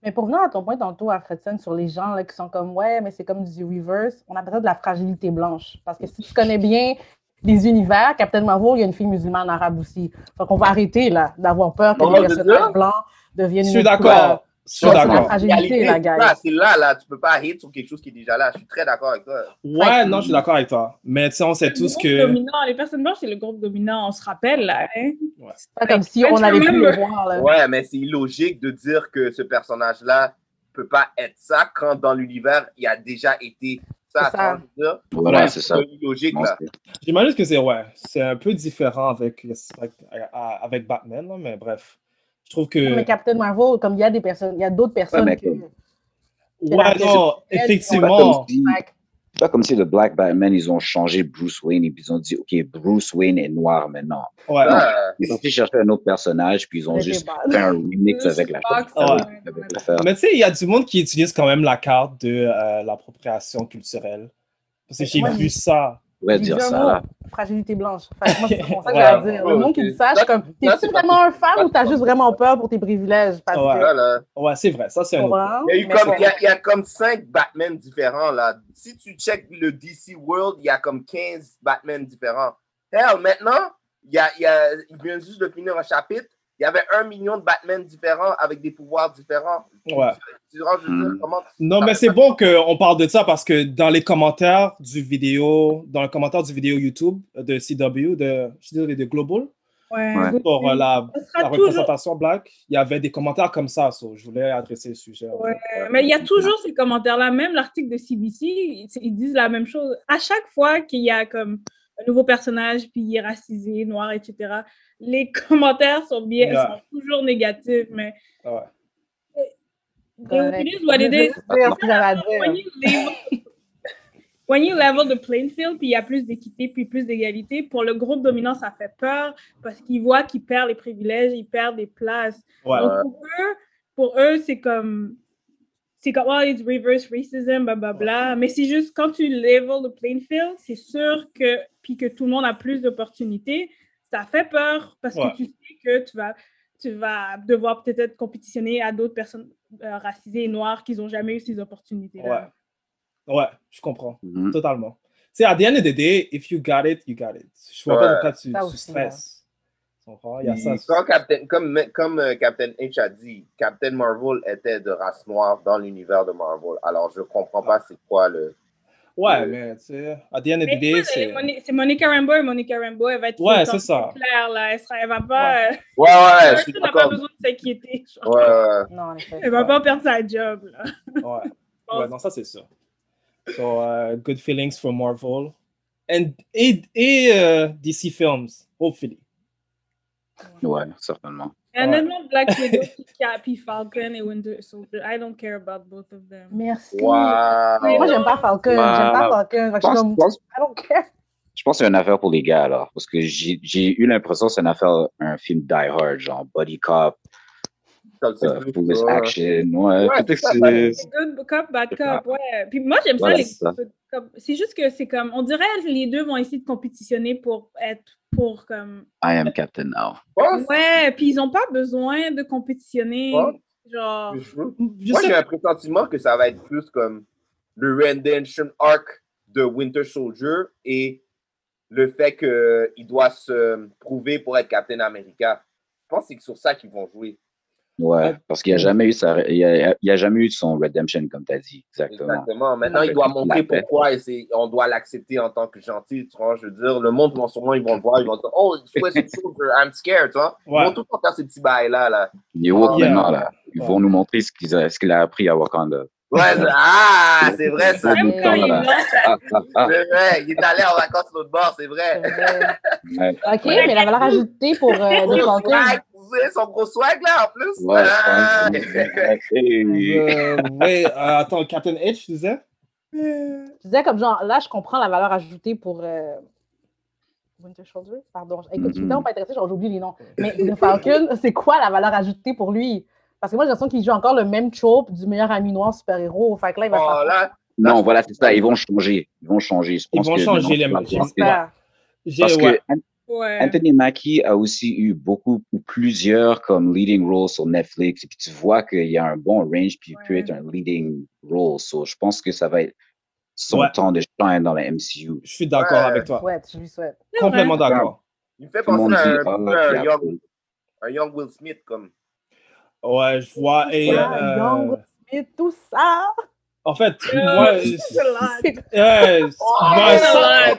F: Mais pour venir à ton point tantôt, à Fredson, sur les gens là, qui sont comme Ouais, mais c'est comme du reverse, on appelle ça de la fragilité blanche. Parce que si tu connais bien les univers, Captain Marvel, il y a une fille musulmane arabe aussi. Donc on va arrêter là d'avoir peur que
C: Oh,
F: les
C: c'est ça?
F: personnages blancs deviennent.
C: Je
F: une
C: suis
F: autre
C: d'accord.
F: couleur.
C: Je
F: Ouais, c'est la fragilité, la
C: Réalité,
F: guys.
C: C'est là, là, tu peux pas hate sur quelque chose qui est déjà là. Je suis très d'accord avec toi.
D: Ouais, non, je suis d'accord avec toi. Mais tu sais, on sait
E: Le
D: tous
E: groupe
D: que.
E: dominant, les personnes blanches, c'est le groupe dominant, on se rappelle là. Hein?
F: C'est pas comme si on avait pu le voir
D: Euh.
F: là.
C: Ouais, mais c'est illogique de dire que ce personnage-là peut pas être ça quand dans l'univers, il a déjà été ça.
D: C'est ça.
C: tu vois, je veux dire.
D: Voilà,
C: Ouais,
D: c'est ça.
C: illogique, là.
D: J'imagine que c'est ouais, c'est un peu différent avec, avec, avec Batman, là, mais bref. Je trouve que.
F: Mais Captain Marvel, comme il y a des personnes, il y a d'autres personnes.
G: mais
F: que- que
D: Ouais,
F: la-
D: non,
F: Elles,
D: effectivement.
F: ils ont-
G: C'est pas comme si le Black Batman, ils ont changé Bruce Wayne et puis ils ont dit, OK, Bruce Wayne est noir maintenant.
D: Ouais.
G: Non,
D: Ouais.
G: Ils ont fait chercher un autre personnage, puis ils ont
D: Mais
G: juste
D: t'es
G: fait
D: bonne.
G: un remix
D: Juste
G: avec la
D: Fox,
G: chose.
D: ah, ouais. Mais tu sais, il y a du monde qui utilise quand même la carte de euh, l'appropriation culturelle. Parce que j'ai
F: Ouais, mais-
D: vu ça.
G: Ouais,
F: J'ai dit un mot, fragilité blanche. Fait que moi, c'est pour ça que
D: Ouais.
F: j'allais dire. Le monde qui dit ça, je suis comme, t'es-tu vraiment un fan ou t'as juste vraiment peur pour tes privilèges? Parce que-
D: Ouais, ouais c'est vrai. Ça, c'est un autre.
F: Voilà.
C: Il y, a eu
F: Mais
C: comme,
F: bon.
C: il, y a, il y a comme 5 Batman différents là. Si tu check le DC World, il y a comme 15 Batman différents. Hell, maintenant, il, y a, il, y a, il vient juste de finir un chapitre. Il y avait un million de Batman différents avec des pouvoirs différents.
D: Ouais. Mm.
C: Tu, tu vois, je veux dire, comment tu-
D: Non, mais c'est bon qu'on parle de ça parce que dans les commentaires du vidéo, dans le commentaire du vidéo YouTube de CW, de, je suis désolé, de Global,
E: Ouais.
D: pour euh,
F: Mm-hmm.
D: la,
E: Ça sera
D: la
E: toujours-
D: représentation black, il y avait des commentaires comme ça. so, je voulais adresser le sujet. en fait.
E: Ouais, Mais il y a toujours ces commentaires-là. Même l'article de CBC, ils ils disent la même chose. À chaque fois qu'il y a comme un nouveau personnage, puis il est racisé, noir, etc., les commentaires sont bien,
D: Ouais. Ah
E: sont toujours négatifs. Mais
D: Ouais.
E: Correct. it is what it
F: Je veux
E: is.
F: juste dire ce que j'avais à dire.
E: When you level- When you level the playing field, puis il y a plus d'équité, puis plus d'égalité, pour le groupe dominant, ça fait peur parce qu'ils voient qu'ils perdent les privilèges, ils perdent des places.
D: Ouais.
E: Donc, pour eux, pour eux, c'est comme, c'est comme, oh, it's reverse racism, blablabla. Mais c'est juste, quand tu level the playing field, c'est sûr que, puis que tout le monde a plus d'opportunités, ça fait peur parce
D: Ouais.
E: que tu sais que tu vas, tu vas devoir peut-être être compétitionné à d'autres personnes euh, racisées et noires qui n'ont jamais eu ces opportunités-là.
D: Ouais. Ouais, je comprends.
C: Mm.
G: Mhm.
D: Totalement. C'est à the end of the day, if you got it, you got it. Je vois pas
C: Ouais.
D: pourquoi tu,
C: Ça
D: tu
C: aussi,
D: stresses. Tu comprends? Il y a ça.
C: Puis quand Captain, comme, comme euh, Captain H a dit, Captain Marvel était de race noire dans l'univers de Marvel. Alors, je comprends pas c'est quoi le.
D: Ouais, mais tu sais, à the end of the day,
E: C'est
D: c'est.
E: Moni- c'est Monica Rambeau et Monica Rambeau, elle va être
D: Ouais,
E: tout le
D: c'est
E: temps
D: ça.
E: claire, là. Elle, sera, elle va pas. euh,
C: Ouais, ouais, je suis
E: elle n'a pas
C: d'accord.
E: besoin de s'inquiéter. genre.
C: Ouais, ouais.
E: Elle va Eh ben, pas perdre sa job, là.
D: Ouais. ouais, non, ça c'est sûr. So, uh, good feelings for Marvel. And, et et euh, DC Films, hopefully.
G: Ouais, certainement.
E: Et Honnêtement, Black Widow, puis Cap, puis Falcon et Winter Soldier, I don't care about both of them.
F: Merci.
G: Wow.
F: Mais Moi, j'aime pas Falcon. J'aime pas
G: Wow.
F: Falcon. Fait que je suis comme, I don't care.
G: Je pense que c'est une affaire pour les gars, alors. Parce que j'ai j'ai eu l'impression que c'est une affaire, un film Die Hard, genre Body Cop, euh, Police
C: ouais.
G: Action.
C: Euh,
G: Ouais,
E: Ouais,
G: peut-être que
E: c'est ça,
G: c'est.
E: bad- Good cop, bad
G: c'est
E: cop, ouais. Euh, Puis moi, j'aime
G: Voilà,
E: ça. les-
G: c'est ça.
E: comme- C'est juste que c'est comme, on dirait que les deux vont essayer de compétitionner pour être, pour comme...
G: I am Captain now.
E: Ouais, puis ils ont pas besoin de compétitionner,
C: Ouais.
E: genre...
C: Je veux- Moi, j'ai un pressentiment que ça va être plus comme le redemption arc de Winter Soldier et le fait qu'il doit se prouver pour être Captain America. Je pense que c'est sur ça qu'ils vont jouer.
G: Ouais, parce qu'il n'y a jamais eu sa, il y a, il y a jamais eu son redemption, comme tu as dit. Exactement.
C: Exactement. Maintenant, il doit montrer pourquoi et c'est- on doit l'accepter en tant que gentil. Tu vois, je veux dire, le monde, non seulement ils vont le voir, ils vont dire Oh, it's Winter Soldier, I'm scared. Tu vois,
G: Ouais.
C: Ils vont tout le temps faire ces petits bails-là. Là.
G: Les woke,
C: Ah, yeah.
D: ben,
G: maintenant, là, ils vont nous montrer ce qu'il a, ce qu'il a appris à Wakanda.
C: Ouais, c'est- ah, c'est vrai, ça.
G: Même quand il est là. Ah, ah, ah.
C: C'est vrai, il est allé en vacances de l'autre bord, c'est vrai.
G: Ouais.
F: OK, mais la valeur ajoutée pour euh, de
C: Son
F: Falcon.
C: swag, vous voyez son gros swag là en plus.
G: Ouais,
C: Ah.
G: ouais, ouais.
D: Euh, ouais, euh, attends, Captain H, tu disais?
F: Je disais comme genre, là, je comprends la valeur ajoutée pour euh, Winter Soldier. Pardon. Écoute, je suis
D: Mhm.
F: tellement pas intéressée, genre, j'oublie les noms. Mais de Falcon, c'est quoi la valeur ajoutée pour lui? Parce que moi, j'ai l'impression qu'ils jouent encore le même trope du meilleur ami noir super-héros. Fait que là, il va
C: Oh,
F: faire-
C: là,
G: Non, voilà, c'est ça. Ils vont changer. Ils vont changer. Je
D: Ils
G: pense
D: vont
G: que
D: changer
G: maintenant,
D: les marchés.
G: on va penser-
F: J'espère.
D: J'ai-
G: Parce que
D: ouais.
G: An- Anthony Mackie a aussi eu beaucoup ou plusieurs comme leading roles sur Netflix. Et puis tu vois qu'il y a un bon range, puis il peut être un leading role. So, je pense que ça va être son
D: Ouais.
G: temps de shine dans la MCU.
D: Je suis d'accord avec toi.
F: Souhaite, je lui souhaite.
D: Complètement d'accord.
C: il me fait
G: Tout le
C: penser
G: monde
C: à un,
G: dit, ah,
C: peu à un
G: puis après-
C: young, un young Will Smith, comme.
D: Ouais, je vois. Et,
F: Ah,
D: euh,
F: Young Will Smith, tout ça.
D: en fait, moi,
F: Euh,
D: c'est- ouais, c'est- moi,
F: it's a
D: ça-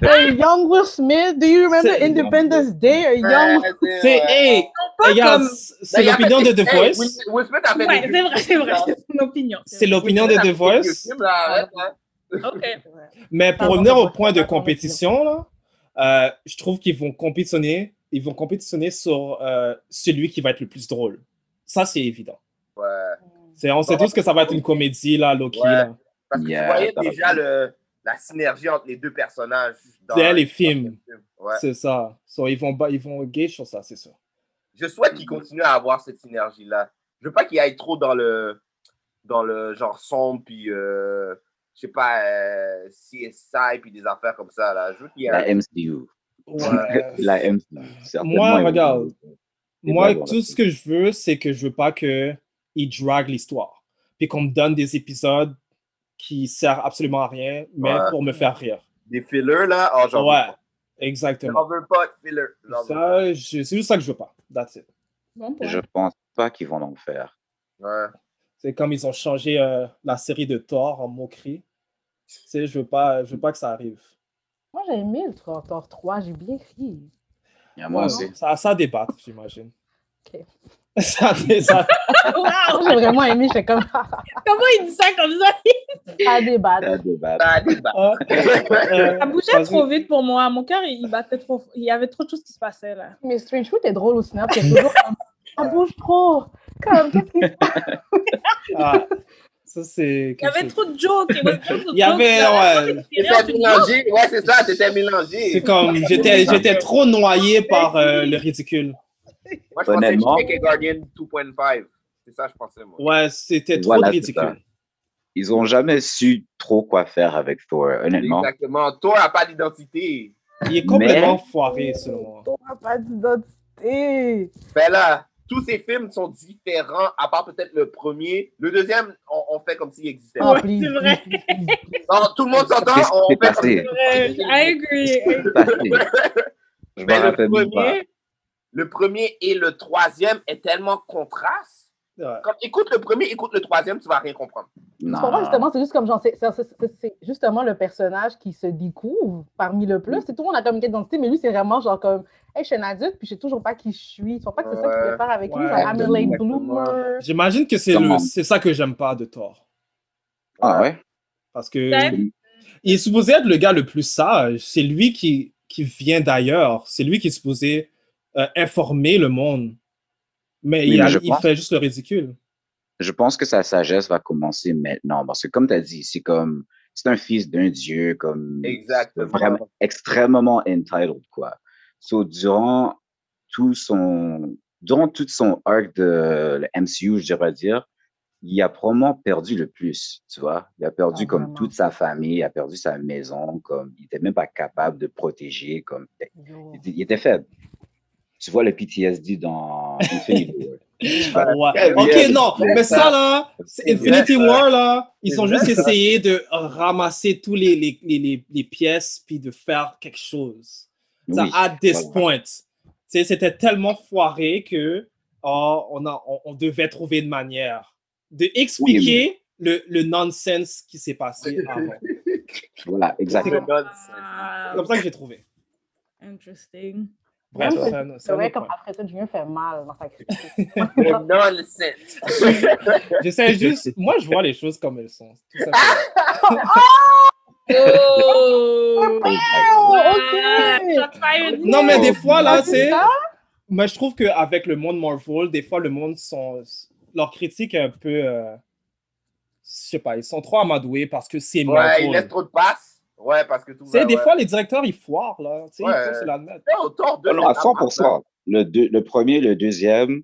F: Hey, young Will Smith, do you remember
D: Ah! C'est-
F: Independence Day? A young...
D: c'est, hey, regarde, c'est- c'est
C: D'ailleurs,
D: l'opinion de
C: hey,
D: The
C: hey,
D: Voice.
C: Will- Will Smith a fait
E: Ouais,
C: des
E: c'est vrai, c'est vrai. C'est son opinion.
D: C'est l'opinion de
C: Will Smith
D: The
C: a fait des
D: Voice.
C: vieux films, là, arrête, hein.
E: OK.
D: Mais pour revenir au point de compétition, là, euh, je trouve qu'ils vont compétitionner, ils vont compétitionner sur euh, celui qui va être le plus drôle. Ça, c'est évident.
C: Ouais.
D: C'est, on sait tous que ça va être une comédie, là, Loki.
C: Ouais.
D: là.
C: Parce que
D: Yeah,
C: tu
D: ça
C: voyais
D: va
C: déjà le, la synergie entre les deux personnages. dans-
D: C'est les films.
C: Ouais.
D: C'est ça. So, ils vont, ba- ils vont gauge sur ça, c'est sûr.
C: Je souhaite qu'ils continuent à avoir cette synergie-là. Je veux pas qu'ils aillent trop dans le, dans le genre sombre, puis euh, je sais pas, euh, CSI, puis des affaires comme ça. Là. Je veux qu'il y ait
G: La
C: un-
G: MCU.
D: Ouais.
G: la MCU. certainement,
D: Moi,
G: ils vont-
D: regarde,
G: ils vont
D: moi,
G: avoir
D: tout ce que je veux, c'est que je veux pas que ils draguent l'histoire. Puis qu'on me donne des épisodes qui servent absolument à rien, mais
C: Ouais.
D: pour me faire rire.
C: des fillers, là. Oh, j'en veux
D: ouais,
C: pas.
D: exactement.
C: J'en veux pas de fillers. J'en veux pas.
D: Ça, je- c'est juste ça que je veux pas. That's it.
G: Je pense pas qu'ils vont en faire.
C: Ouais.
D: C'est comme ils ont changé euh, la série de Thor en moquerie. Tu sais, je veux pas, je veux pas que ça arrive.
F: Moi, j'ai aimé le Thor 3, j'ai bien ri.
G: moi
D: Ouais,
G: aussi.
D: Ça, ça débat, j'imagine.
F: Ok.
D: ça, dé- ça-
F: Moi, j'ai vraiment aimé, j'étais comme.
E: Comment il dit ça comme ça?
F: à débattre.
G: Ça débat.
C: Ah, des ba-
D: Ah, euh,
E: Ça bougeait
D: vas-y.
E: trop vite pour moi. Mon cœur, il il battait trop. Il y avait trop de choses qui se passaient, là.
F: Mais Strange Fruit est drôle au cinéma, puis il y a toujours comme. Ça bouge trop. Comme, qu'est-ce qui se passe?
D: Ah, ça, c'est.
E: Il y avait
D: quelque chose.
E: trop de jokes. Il y avait trop de
D: Il y avait, ouais.
C: T'étais mélangé. Ouais, c'est ça, t'étais mélangé.
D: C'est comme, j'étais j'étais trop noyé par euh, le ridicule.
C: Moi, je pensais
G: Honnêtement.
C: que j'étais Guardian 2.5. C'est ça, je pensais, moi.
D: Ouais, c'était trop
G: Voilà,
D: de
G: c'est ça.
D: ridicule.
G: Ils ont jamais su trop quoi faire avec Thor, honnêtement.
C: Exactement. Toi, n'a pas d'identité.
D: Il est complètement
G: Mais-
D: foiré, selon moi.
F: On n'a pas d'identité.
C: Ben là, tous ces films sont différents, à part peut-être le premier. Le deuxième, on, on fait comme s'il existait.
F: Oh,
C: pas.
F: please,
E: C'est vrai.
F: please, please, please.
C: Non, tout le monde s'entend,
G: Qu'est-ce qui
C: on
G: s'est
C: fait comme
G: passé?
C: s'il
E: Ouais, I agree.
G: Qu'est-ce qui s'est passé? Je m'en
C: Ben, le
G: rappelle même pas.
C: premier, le premier et le troisième est tellement contraste.
D: Ouais.
C: Quand écoute le premier, écoute le troisième, tu vas rien comprendre.
F: C'est pas vrai,
G: Non.
F: justement, c'est juste comme genre, c'est c'est- c'est- c'est justement le personnage qui se découvre parmi le plus. C'est tout le monde a comme une quête d'identité, mais lui, c'est vraiment genre comme, hey, je suis un adulte, puis je sais toujours pas qui je suis. Tu vois pas que c'est ça qu'il veut
C: Ouais.
F: faire avec lui,
D: Ouais,
F: genre, I'm a late
C: exactement.
F: bloomer.
D: J'imagine que c'est le,
G: Comment?
D: c'est ça que j'aime pas de Thor.
G: Ah ouais?
D: Parce que
E: Ouais.
D: il est supposé être le gars le plus sage. C'est lui qui, qui vient d'ailleurs. C'est lui qui est supposé euh, informer le monde. Mais
G: Oui,
D: il, a-
G: mais je
D: il
G: pense-
D: fait juste le ridicule.
G: Je pense que sa sagesse va commencer maintenant. Parce que comme tu as dit, c'est comme c'est un fils d'un dieu, comme c'est
C: Exactement.
G: vraiment extrêmement entitled, quoi. So, durant tout son durant tout son arc de le MCU, je dirais dire, il a probablement perdu le plus, tu vois. Il a perdu
F: Ah,
G: comme
F: vraiment.
G: toute sa famille, il a perdu sa maison, comme il était même pas capable de protéger, comme
F: Yo.
G: il était, il était faible. Tu vois le PTSD dans Infinity War.
D: Ouais.
C: Yeah,
D: Ok,
C: yeah.
D: non, mais ça là, c'est Infinity
C: Yeah.
D: War là, ils
C: C'est
D: ont
C: vrai,
D: juste
C: ça.
D: essayé de ramasser tous les, les, les, les, les pièces puis de faire quelque chose. Ça,
G: Oui,
D: at this
G: voilà.
D: point. Tu sais, C'était tellement foiré que oh, on, a, on, on devait trouver une manière de expliquer le, le nonsense qui s'est passé avant.
G: Voilà, exactement.
E: Ah,
D: C'est comme ça que j'ai trouvé.
E: Interesting.
G: Ah
D: Bref,
F: Même
D: c'est un- c'est
F: C'est
D: un
F: vrai,
D: autre
F: comme
D: point.
F: après ça, Julien fait mal dans sa critique.
C: Le nonsense.
D: J'essaie juste, moi je vois les choses comme elles sont. tout simplement.
E: Oh!
G: Exactement.
E: Ah, shot fired.
D: Non, mais des fois, là,
F: Ah,
D: tu
F: c'est
D: sais,
F: ça?
D: mais je trouve qu'avec le monde Marvel, des fois, le monde, sont, leur critique est un peu. euh, je sais pas, ils sont trop amadoués parce que c'est
C: Ouais, il laisse
D: Marvel.
C: trop de passes. Ouais, parce que tout
D: Tu sais,
C: ouais,
D: des
C: ouais.
D: fois, les directeurs, ils foirent, là. Tu sais,
C: Ouais.
G: Ah
D: il faut se l'admettre. Ah,
C: T'es autour de
G: Non, non, à
C: cette
G: 100%. Le, deux- le premier, le deuxième,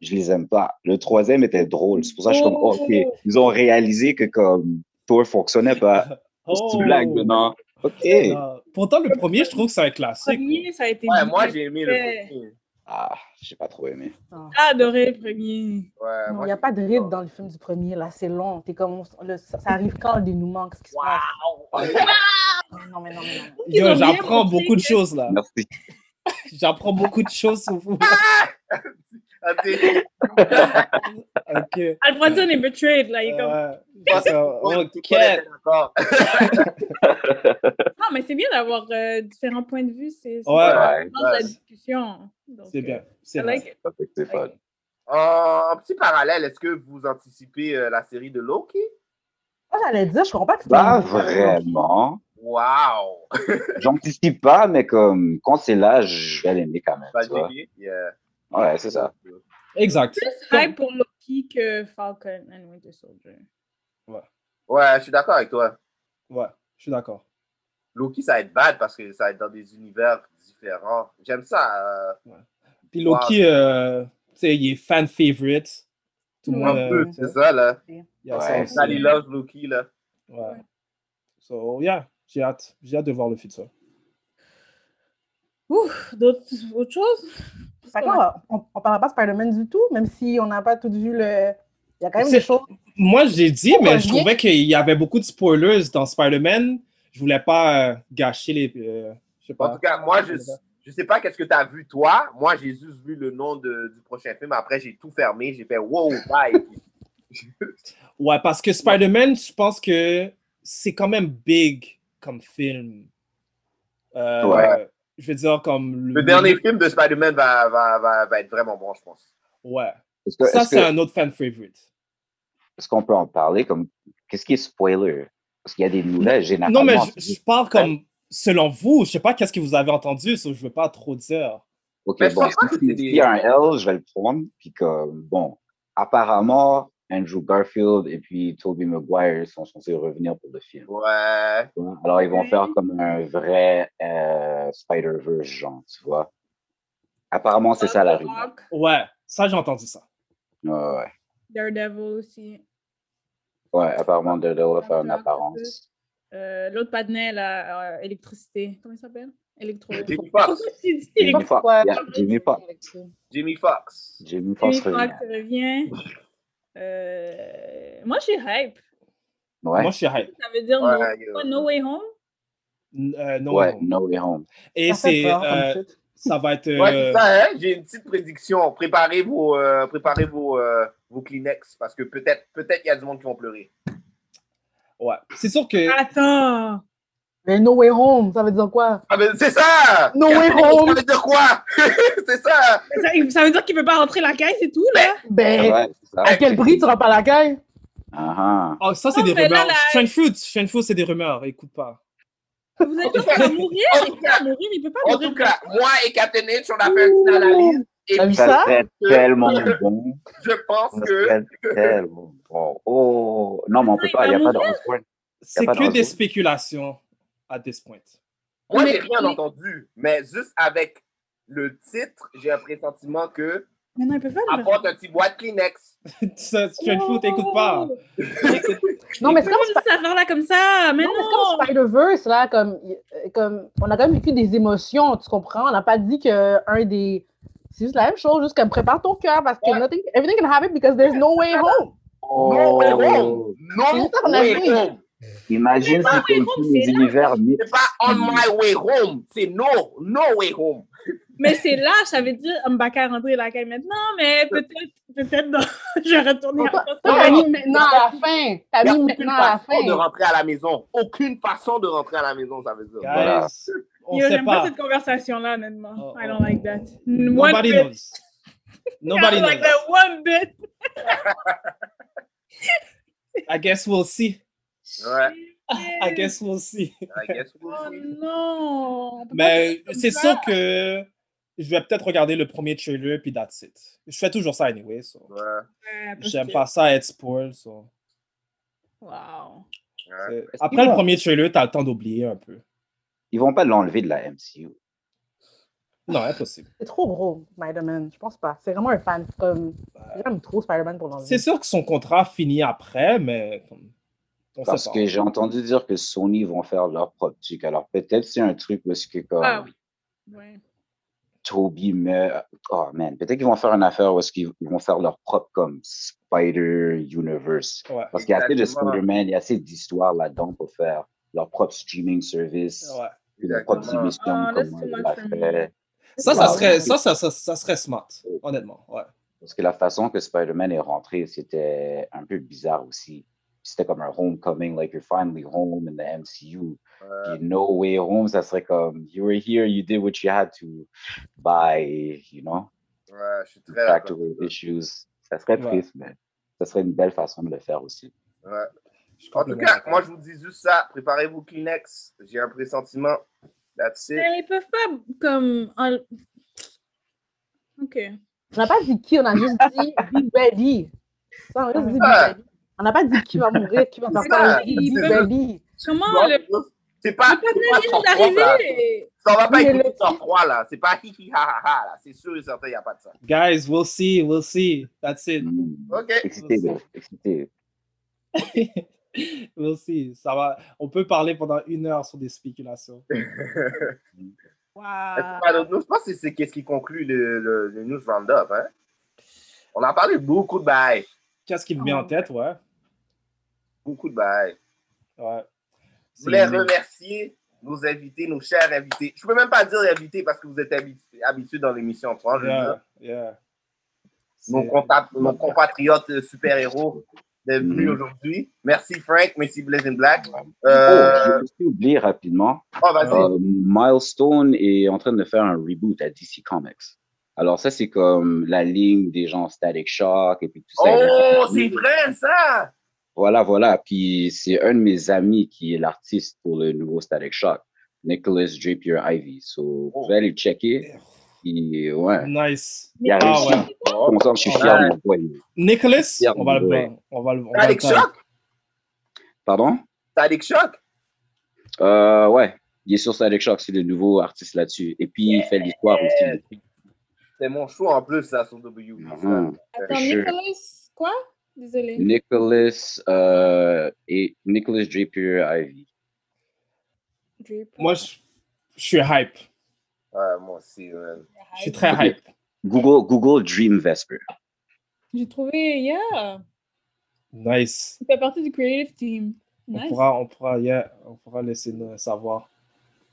G: je les aime pas. Le troisième était drôle. C'est pour ça que je suis comme,
D: Oh!
G: OK, ils ont réalisé que comme Thor fonctionnait pas. C'est une
D: Oh!
G: blague maintenant. OK.
D: Ah, pourtant, le premier, je trouve que c'est un classique.
E: premier, ça a été.
C: Ouais,
E: bien
C: moi, j'ai aimé le
E: fait.
C: premier.
G: Ah, j'ai pas trop aimé.
E: J'ai adoré le premier.
C: Ouais,
F: Il n'y a pas de rythme dans le film du premier, là, c'est long. T'es comme, le- ça ça arrive quand le dénouement, qu'est-ce qui se passe? Ah, Non, mais non, mais non.
D: Yo, j'apprends beaucoup de choses là.
G: Merci.
D: J'apprends beaucoup de choses sur vous.
C: Ah,
D: Ok.
E: Alfredson est betrayed, là. Il Ah, est comme.
D: Ok.
E: Non, mais c'est bien d'avoir euh, différents points de vue. C'est c'est
D: Ouais.
E: ça
D: Ouais.
E: qui lance la discussion. Donc,
D: C'est bien.
E: I
D: C'est
E: like
D: bien.
E: it.
G: Ça fait que c'est fun.
C: En Euh, petit parallèle, est-ce que vous anticipez euh, la série de Loki?
F: Moi, j'allais dire, je comprends pas que c'était
G: Pas
F: une-
G: vraiment.
C: Wow!
G: J'anticipe pas, mais comme quand c'est là, je vais l'aimer quand même.
C: Pas
G: tu vois.
C: dévié? Yeah.
G: Ouais, c'est ça.
D: Exact.
E: Plus hype pour Loki que Falcon and Winter Soldier.
C: Ouais, je suis d'accord avec toi.
D: Ouais, je suis d'accord.
C: Loki, ça va être bad parce que ça va être dans des univers différents. J'aime ça. euh,
D: Puis Loki, euh, tu sais, il est fan favorite. Tout le
C: un
D: monde.
C: peu,
D: euh,
C: c'est ça, là.
D: il y a
G: Ouais,
D: ça
C: Ça,
D: aussi.
C: les love Loki, là.
D: Ouais. So, yeah, j'ai hâte. J'ai hâte de voir le futur.
E: Ouf, d'autres autre chose?
F: Fait que là, on ne parlera pas de Spider-Man du tout, même si on n'a pas tout vu le. Il y a quand même
D: C'est-
F: des choses.
D: Moi, j'ai dit,
F: Oh,
D: mais
F: bah,
D: je
F: je-
D: trouvais qu'il y avait beaucoup de spoilers dans Spider-Man. Je voulais pas euh, gâcher les. euh, je sais
C: En
D: pas.
C: tout cas, moi, je je sais pas qu'est-ce que tu as vu, toi. Moi, j'ai juste vu le nom de- du prochain film. Après, j'ai tout fermé. J'ai fait « Wow, bye!
D: Ouais, parce que Spider-Man, je pense que c'est quand même big comme film. Euh,
C: Ouais.
D: Je veux dire, comme. »
C: Le dernier film de Spider-Man va, va, va, va être vraiment bon, je pense.
D: Ouais.
G: Est-ce que-
D: Ça,
G: est-ce que-
D: c'est un autre fan favorite.
G: est-ce qu'on peut en parler comme qu'est-ce qui est spoiler Parce qu'il y a des nouvelles généralement.
D: Non, mais
G: c'est
D: je,
G: juste-
D: je parle comme selon vous. Je sais pas qu'est-ce que vous avez entendu, ça, je veux pas trop dire.
G: Ok,
C: Mais je
G: bon,
C: pense pas que
G: si-
C: c'est
G: s'il
C: des-
G: y a un L, je vais le prendre. Puis comme bon, apparemment, Andrew Garfield et puis Tobey Maguire sont censés revenir pour le film.
C: Ouais.
G: Alors, ils vont faire comme un vrai euh, Spider-Verse, genre, tu vois. Apparemment, c'est ça la rue.
E: Rock,
D: Ouais, ça, j'ai entendu ça.
G: Ouais, ouais.
E: Daredevil aussi.
G: Ouais, apparemment, Dodo va faire une apparence.
E: Euh, L'autre patinet, là, euh, électricité. Comment il s'appelle? Électro.
C: Jamie Foxx.
E: J'ai dit
G: Jamie
E: électro-
G: Foxx. Yeah, Jamie Foxx.
C: Jamie Foxx.
G: Jamie
E: Jamie
G: Foxx revient.
E: Foxx revient. Euh, moi, je suis hype.
G: Ouais.
D: Moi, je suis hype.
E: Ça veut dire
C: Ouais,
E: no,
C: yo.
E: quoi, no Way Home.
D: N- euh, no
G: ouais,
D: Way Home.
G: No Way Home.
D: Et
F: Ça fait
D: c'est.
F: peur, comme
D: euh,
F: shit.
D: ça va être.
C: Ouais,
D: euh,
C: c'est ça, hein? J'ai une petite prédiction. Préparez vos, euh, préparez vos, euh, vos Kleenex parce que peut-être peut-être il y a du monde qui vont pleurer.
D: euh, ouais. C'est sûr que.
E: Attends.
F: Mais No Way Home, ça veut dire quoi?
C: Ah, mais c'est ça!
F: No way
C: Ça
G: Ah
F: home!
C: veut dire quoi? c'est ça!
E: Ça, ça veut dire qu'il ne peut pas rentrer la caisse et tout, là?
F: Ben,
G: Ouais, c'est ça.
F: à quel prix tu rentres pas la caille?
G: Ah, ah.
D: Ah, ça, c'est
E: Non,
D: des
E: mais là,
D: rumeurs.
E: là-
D: Shane Fruit, Shane Fruit, c'est des rumeurs. Écoute pas.
E: Vous êtes sûr qu'il va mourir? Il
C: En tout
E: peut
C: cas-
E: pas mourir, il peut pas
C: En
E: mourir.
C: tout cas, moi et Captain H, on a fait une petite analyse. Et
F: T'as vu
G: Ça,
F: ça?
G: serait tellement bon.
C: je pense
G: Ça
C: que.
G: serait tellement bon. Oh, non, mais on peut
E: il
G: pas. Il
E: va
G: n'y a pas de
E: mourir.
G: on-point.
D: C'est
G: pas de
D: que des
G: raison.
D: spéculations à this point.
C: Moi,
E: Mais-
C: j'ai rien entendu, mais juste avec le titre, j'ai un pressentiment que
E: Mais non, il peut pas. le faire.
C: apporte un petit boîte Kleenex.
D: Ça, Shane Fruit, écoute pas.
F: Non, mais c'est
E: Comment
F: comme,
E: ça faire là comme ça? Mais
F: non,
E: non!
F: mais c'est comme Spider-Verse, là, comme, euh, comme. On a quand même vécu des émotions, tu comprends? On n'a pas dit qu'un des. C'est juste la même chose, juste comme prépare ton cœur parce que
C: Ouais.
F: nothing, everything can happen because there's no way home.
C: Non, mais
G: Oh,
C: non! Non,
F: C'est ça qu'on a
C: way
F: dit.
C: home!
G: imagine si
E: way
G: comme
E: home,
G: tous les
E: c'est là.
G: univers
C: C'est
G: mixtes.
C: pas on
E: Mm-hmm.
C: my way home, c'est no, no way home.
E: Mais c'est là, ça veut dire, on va pas rentrer la caille maintenant, mais peut-être, peut-être, non. je vais retourner à
F: Toi,
E: la
F: toi,
E: poste.
F: t'as mis maintenant à la fin.
C: Il n'y
F: T'as
C: a
F: mis
C: aucune
F: maintenant à la
C: façon de
F: fin.
C: rentrer à la maison. Aucune façon de rentrer à la maison, ça veut dire.
D: Guys,
G: Voilà.
D: on
E: Yo,
D: sait
E: j'aime pas.
D: pas.
E: cette conversation-là, honnêtement.
D: Oh,
E: I don't
D: oh,
E: like
D: oh.
E: that. One
D: Nobody
E: bit.
D: knows. Nobody
E: I don't like
D: knows.
E: that one bit.
D: I guess we'll see.
C: Ouais.
D: I guess we'll see.
C: I guess we'll
E: Oh
C: see.
E: non! On peut pas
D: Mais
E: faire comme
D: c'est
E: ça.
D: sûr que je vais peut-être regarder le premier trailer puis that's it. Je fais toujours ça anyway. so.
C: Ouais,
E: Ouais, parce
D: J'aime
E: que-
D: pas ça être spoil. so.
E: Wow.
C: ouais.
D: C'est- Après le premier trailer, t'as le temps d'oublier un peu.
G: Ils vont pas l'enlever de la MCU.
D: Non, impossible.
F: C'est trop gros, Spider-Man. Je pense pas. C'est vraiment un fan. Comme... J'aime trop Spider-Man pour l'enlever.
D: C'est sûr que son contrat finit après, mais. comme, on sait
G: Parce
D: pas.
G: que j'ai entendu dire que Sony vont faire leur propre truc. Alors peut-être c'est un truc où est-ce que comme
E: Ah oui. Ouais.
G: Toby meurt. Oh man, peut-être qu'ils vont faire une affaire où est-ce qu'ils vont faire leur propre comme Spider Universe.
D: Ouais.
G: Parce qu'il y a assez de
D: Exactement.
G: Spider-Man, il y a assez d'histoires là-dedans pour faire leur propre streaming service,
D: Ouais.
G: leur propre
D: Exactement.
G: émission.
D: Ah, that's
G: comme
D: too
G: on
D: much
G: l'a
D: for me.
G: fait.
D: Ça,
G: Ouais.
D: ça serait, ça, ça, ça, ça serait smart, honnêtement. Ouais.
G: Parce que la façon que Spider-Man est rentré, c'était un peu bizarre aussi. C'était comme un homecoming, like you're finally home in the MCU. Puis no way home, ça serait comme you were here, you did what you had to. Bye, you know?
C: Ouais, je suis très d'accord.
G: Factual issues. Ça serait
C: Ouais.
G: triste, mais ça serait une belle façon de le faire aussi.
C: Ouais. En tout cas, moi, je vous dis juste ça. Préparez-vous Kleenex. J'ai un pressentiment. That's it.
E: Mais ils peuvent pas, comme. en- Ok.
F: On n'a pas dit qui, on a juste dit Be ready. Ça, on a juste dit Be ready. On n'a pas dit qui va mourir, qui va faire
C: C'est
F: parler.
C: ça.
F: Be
C: C'est ça.
F: ready.
E: Comment le.
C: C'est pas.
E: Le
C: c'est pas
E: vient
C: sort
E: d'arriver.
C: trois, là. Ça on va pas
E: Oui,
C: écouter sort 3 là. C'est pas hi hi ha ha ha là. C'est sûr et certain, il n'y a pas de ça.
D: Guys, we'll see, we'll see. That's it.
G: Hmm.
C: OK.
G: Excité, là, excité.
D: We'll see. Ça va. On peut parler pendant une heure sur des spéculations.
C: Est-ce qu'on parle d'autres news? Je pense que c'est ce qui conclut le, le, le news roundup. Hein? On a parlé beaucoup de bails.
D: Qu'est-ce qui me
E: Oh.
D: vient en tête, ouais?
C: Beaucoup de bails.
D: Ouais.
C: Je voulais remercier nos invités, nos chers invités. Je peux même pas dire invités parce que vous êtes habitu- habitués dans l'émission. tu vois, je veux dire.
D: Yeah, yeah.
C: Nos, compta- nos compatriotes euh, super-héros bienvenue
G: Mhm.
C: aujourd'hui. Merci Frank, merci Blazing Black.
G: Oh,
C: Euh,
G: j'ai aussi oublié rapidement.
C: Oh, vas-y.
G: Euh, Milestone est en train de faire un reboot à DC Comics. Alors ça, c'est comme la ligne des gens Static Shock et puis tout ça.
C: oh, c'est vrai ça!
G: Voilà, voilà. Puis c'est un de mes amis qui est l'artiste pour le nouveau Static Shock, Nicholas Drapier Ivy. So,
C: Oh.
G: vous allez le checker. Puis, ouais.
D: Nice.
G: Il a
D: Ah,
G: réussi.
D: ouais.
G: Comme ça, je suis fier de mon boy.
D: Nicholas,
G: Fier de
D: on va
G: mon
D: le
G: boy.
D: prendre. On va le on va
C: Static
D: le prendre.
C: Shock?
G: Pardon?
C: Static Shock?
G: Euh, ouais. Il est sur Static Shock, c'est le nouveau artiste là-dessus. Et puis, il fait l'histoire aussi. de-
C: C'est mon choix en plus ça sur W.
G: Mhm.
E: Attends,
G: Sure.
E: Nicolas, quoi? Désolé.
G: Nicholas euh, et Nicholas Drapier Ivy.
D: Moi, je, je suis hype.
C: Ouais, Ah, moi aussi, man.
D: Je suis très hype.
G: Google, Google Dream Vesper.
E: J'ai trouvé, yeah.
D: Nice.
E: Tu fais partie du creative team.
D: On
E: Nice.
D: pourra, on pourra, yeah, on pourra laisser nous savoir.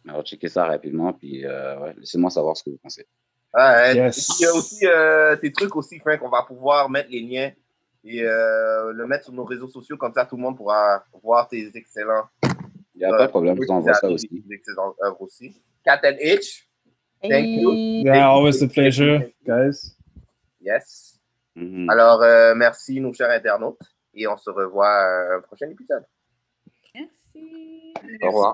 G: Alors, checkez ça rapidement, puis euh, ouais, laissez-moi savoir ce que vous pensez.
C: Ouais,
G: Yes.
C: et puis, Ah, il y a aussi euh, tes trucs aussi, Frank, on va pouvoir mettre les liens et euh, le mettre sur nos réseaux sociaux, comme ça tout le monde pourra voir tes excellents. euh,
G: Euh, Il n'y a pas de problème, je vous envoie ça aussi.
C: Tes excellentes œuvres aussi. Cat and H, thank you.
D: Yeah, always a pleasure, guys.
C: Yes.
G: Mm.
C: Alors, euh, merci, nos chers internautes, et on se revoit à un prochain épisode. Merci.
G: Au revoir.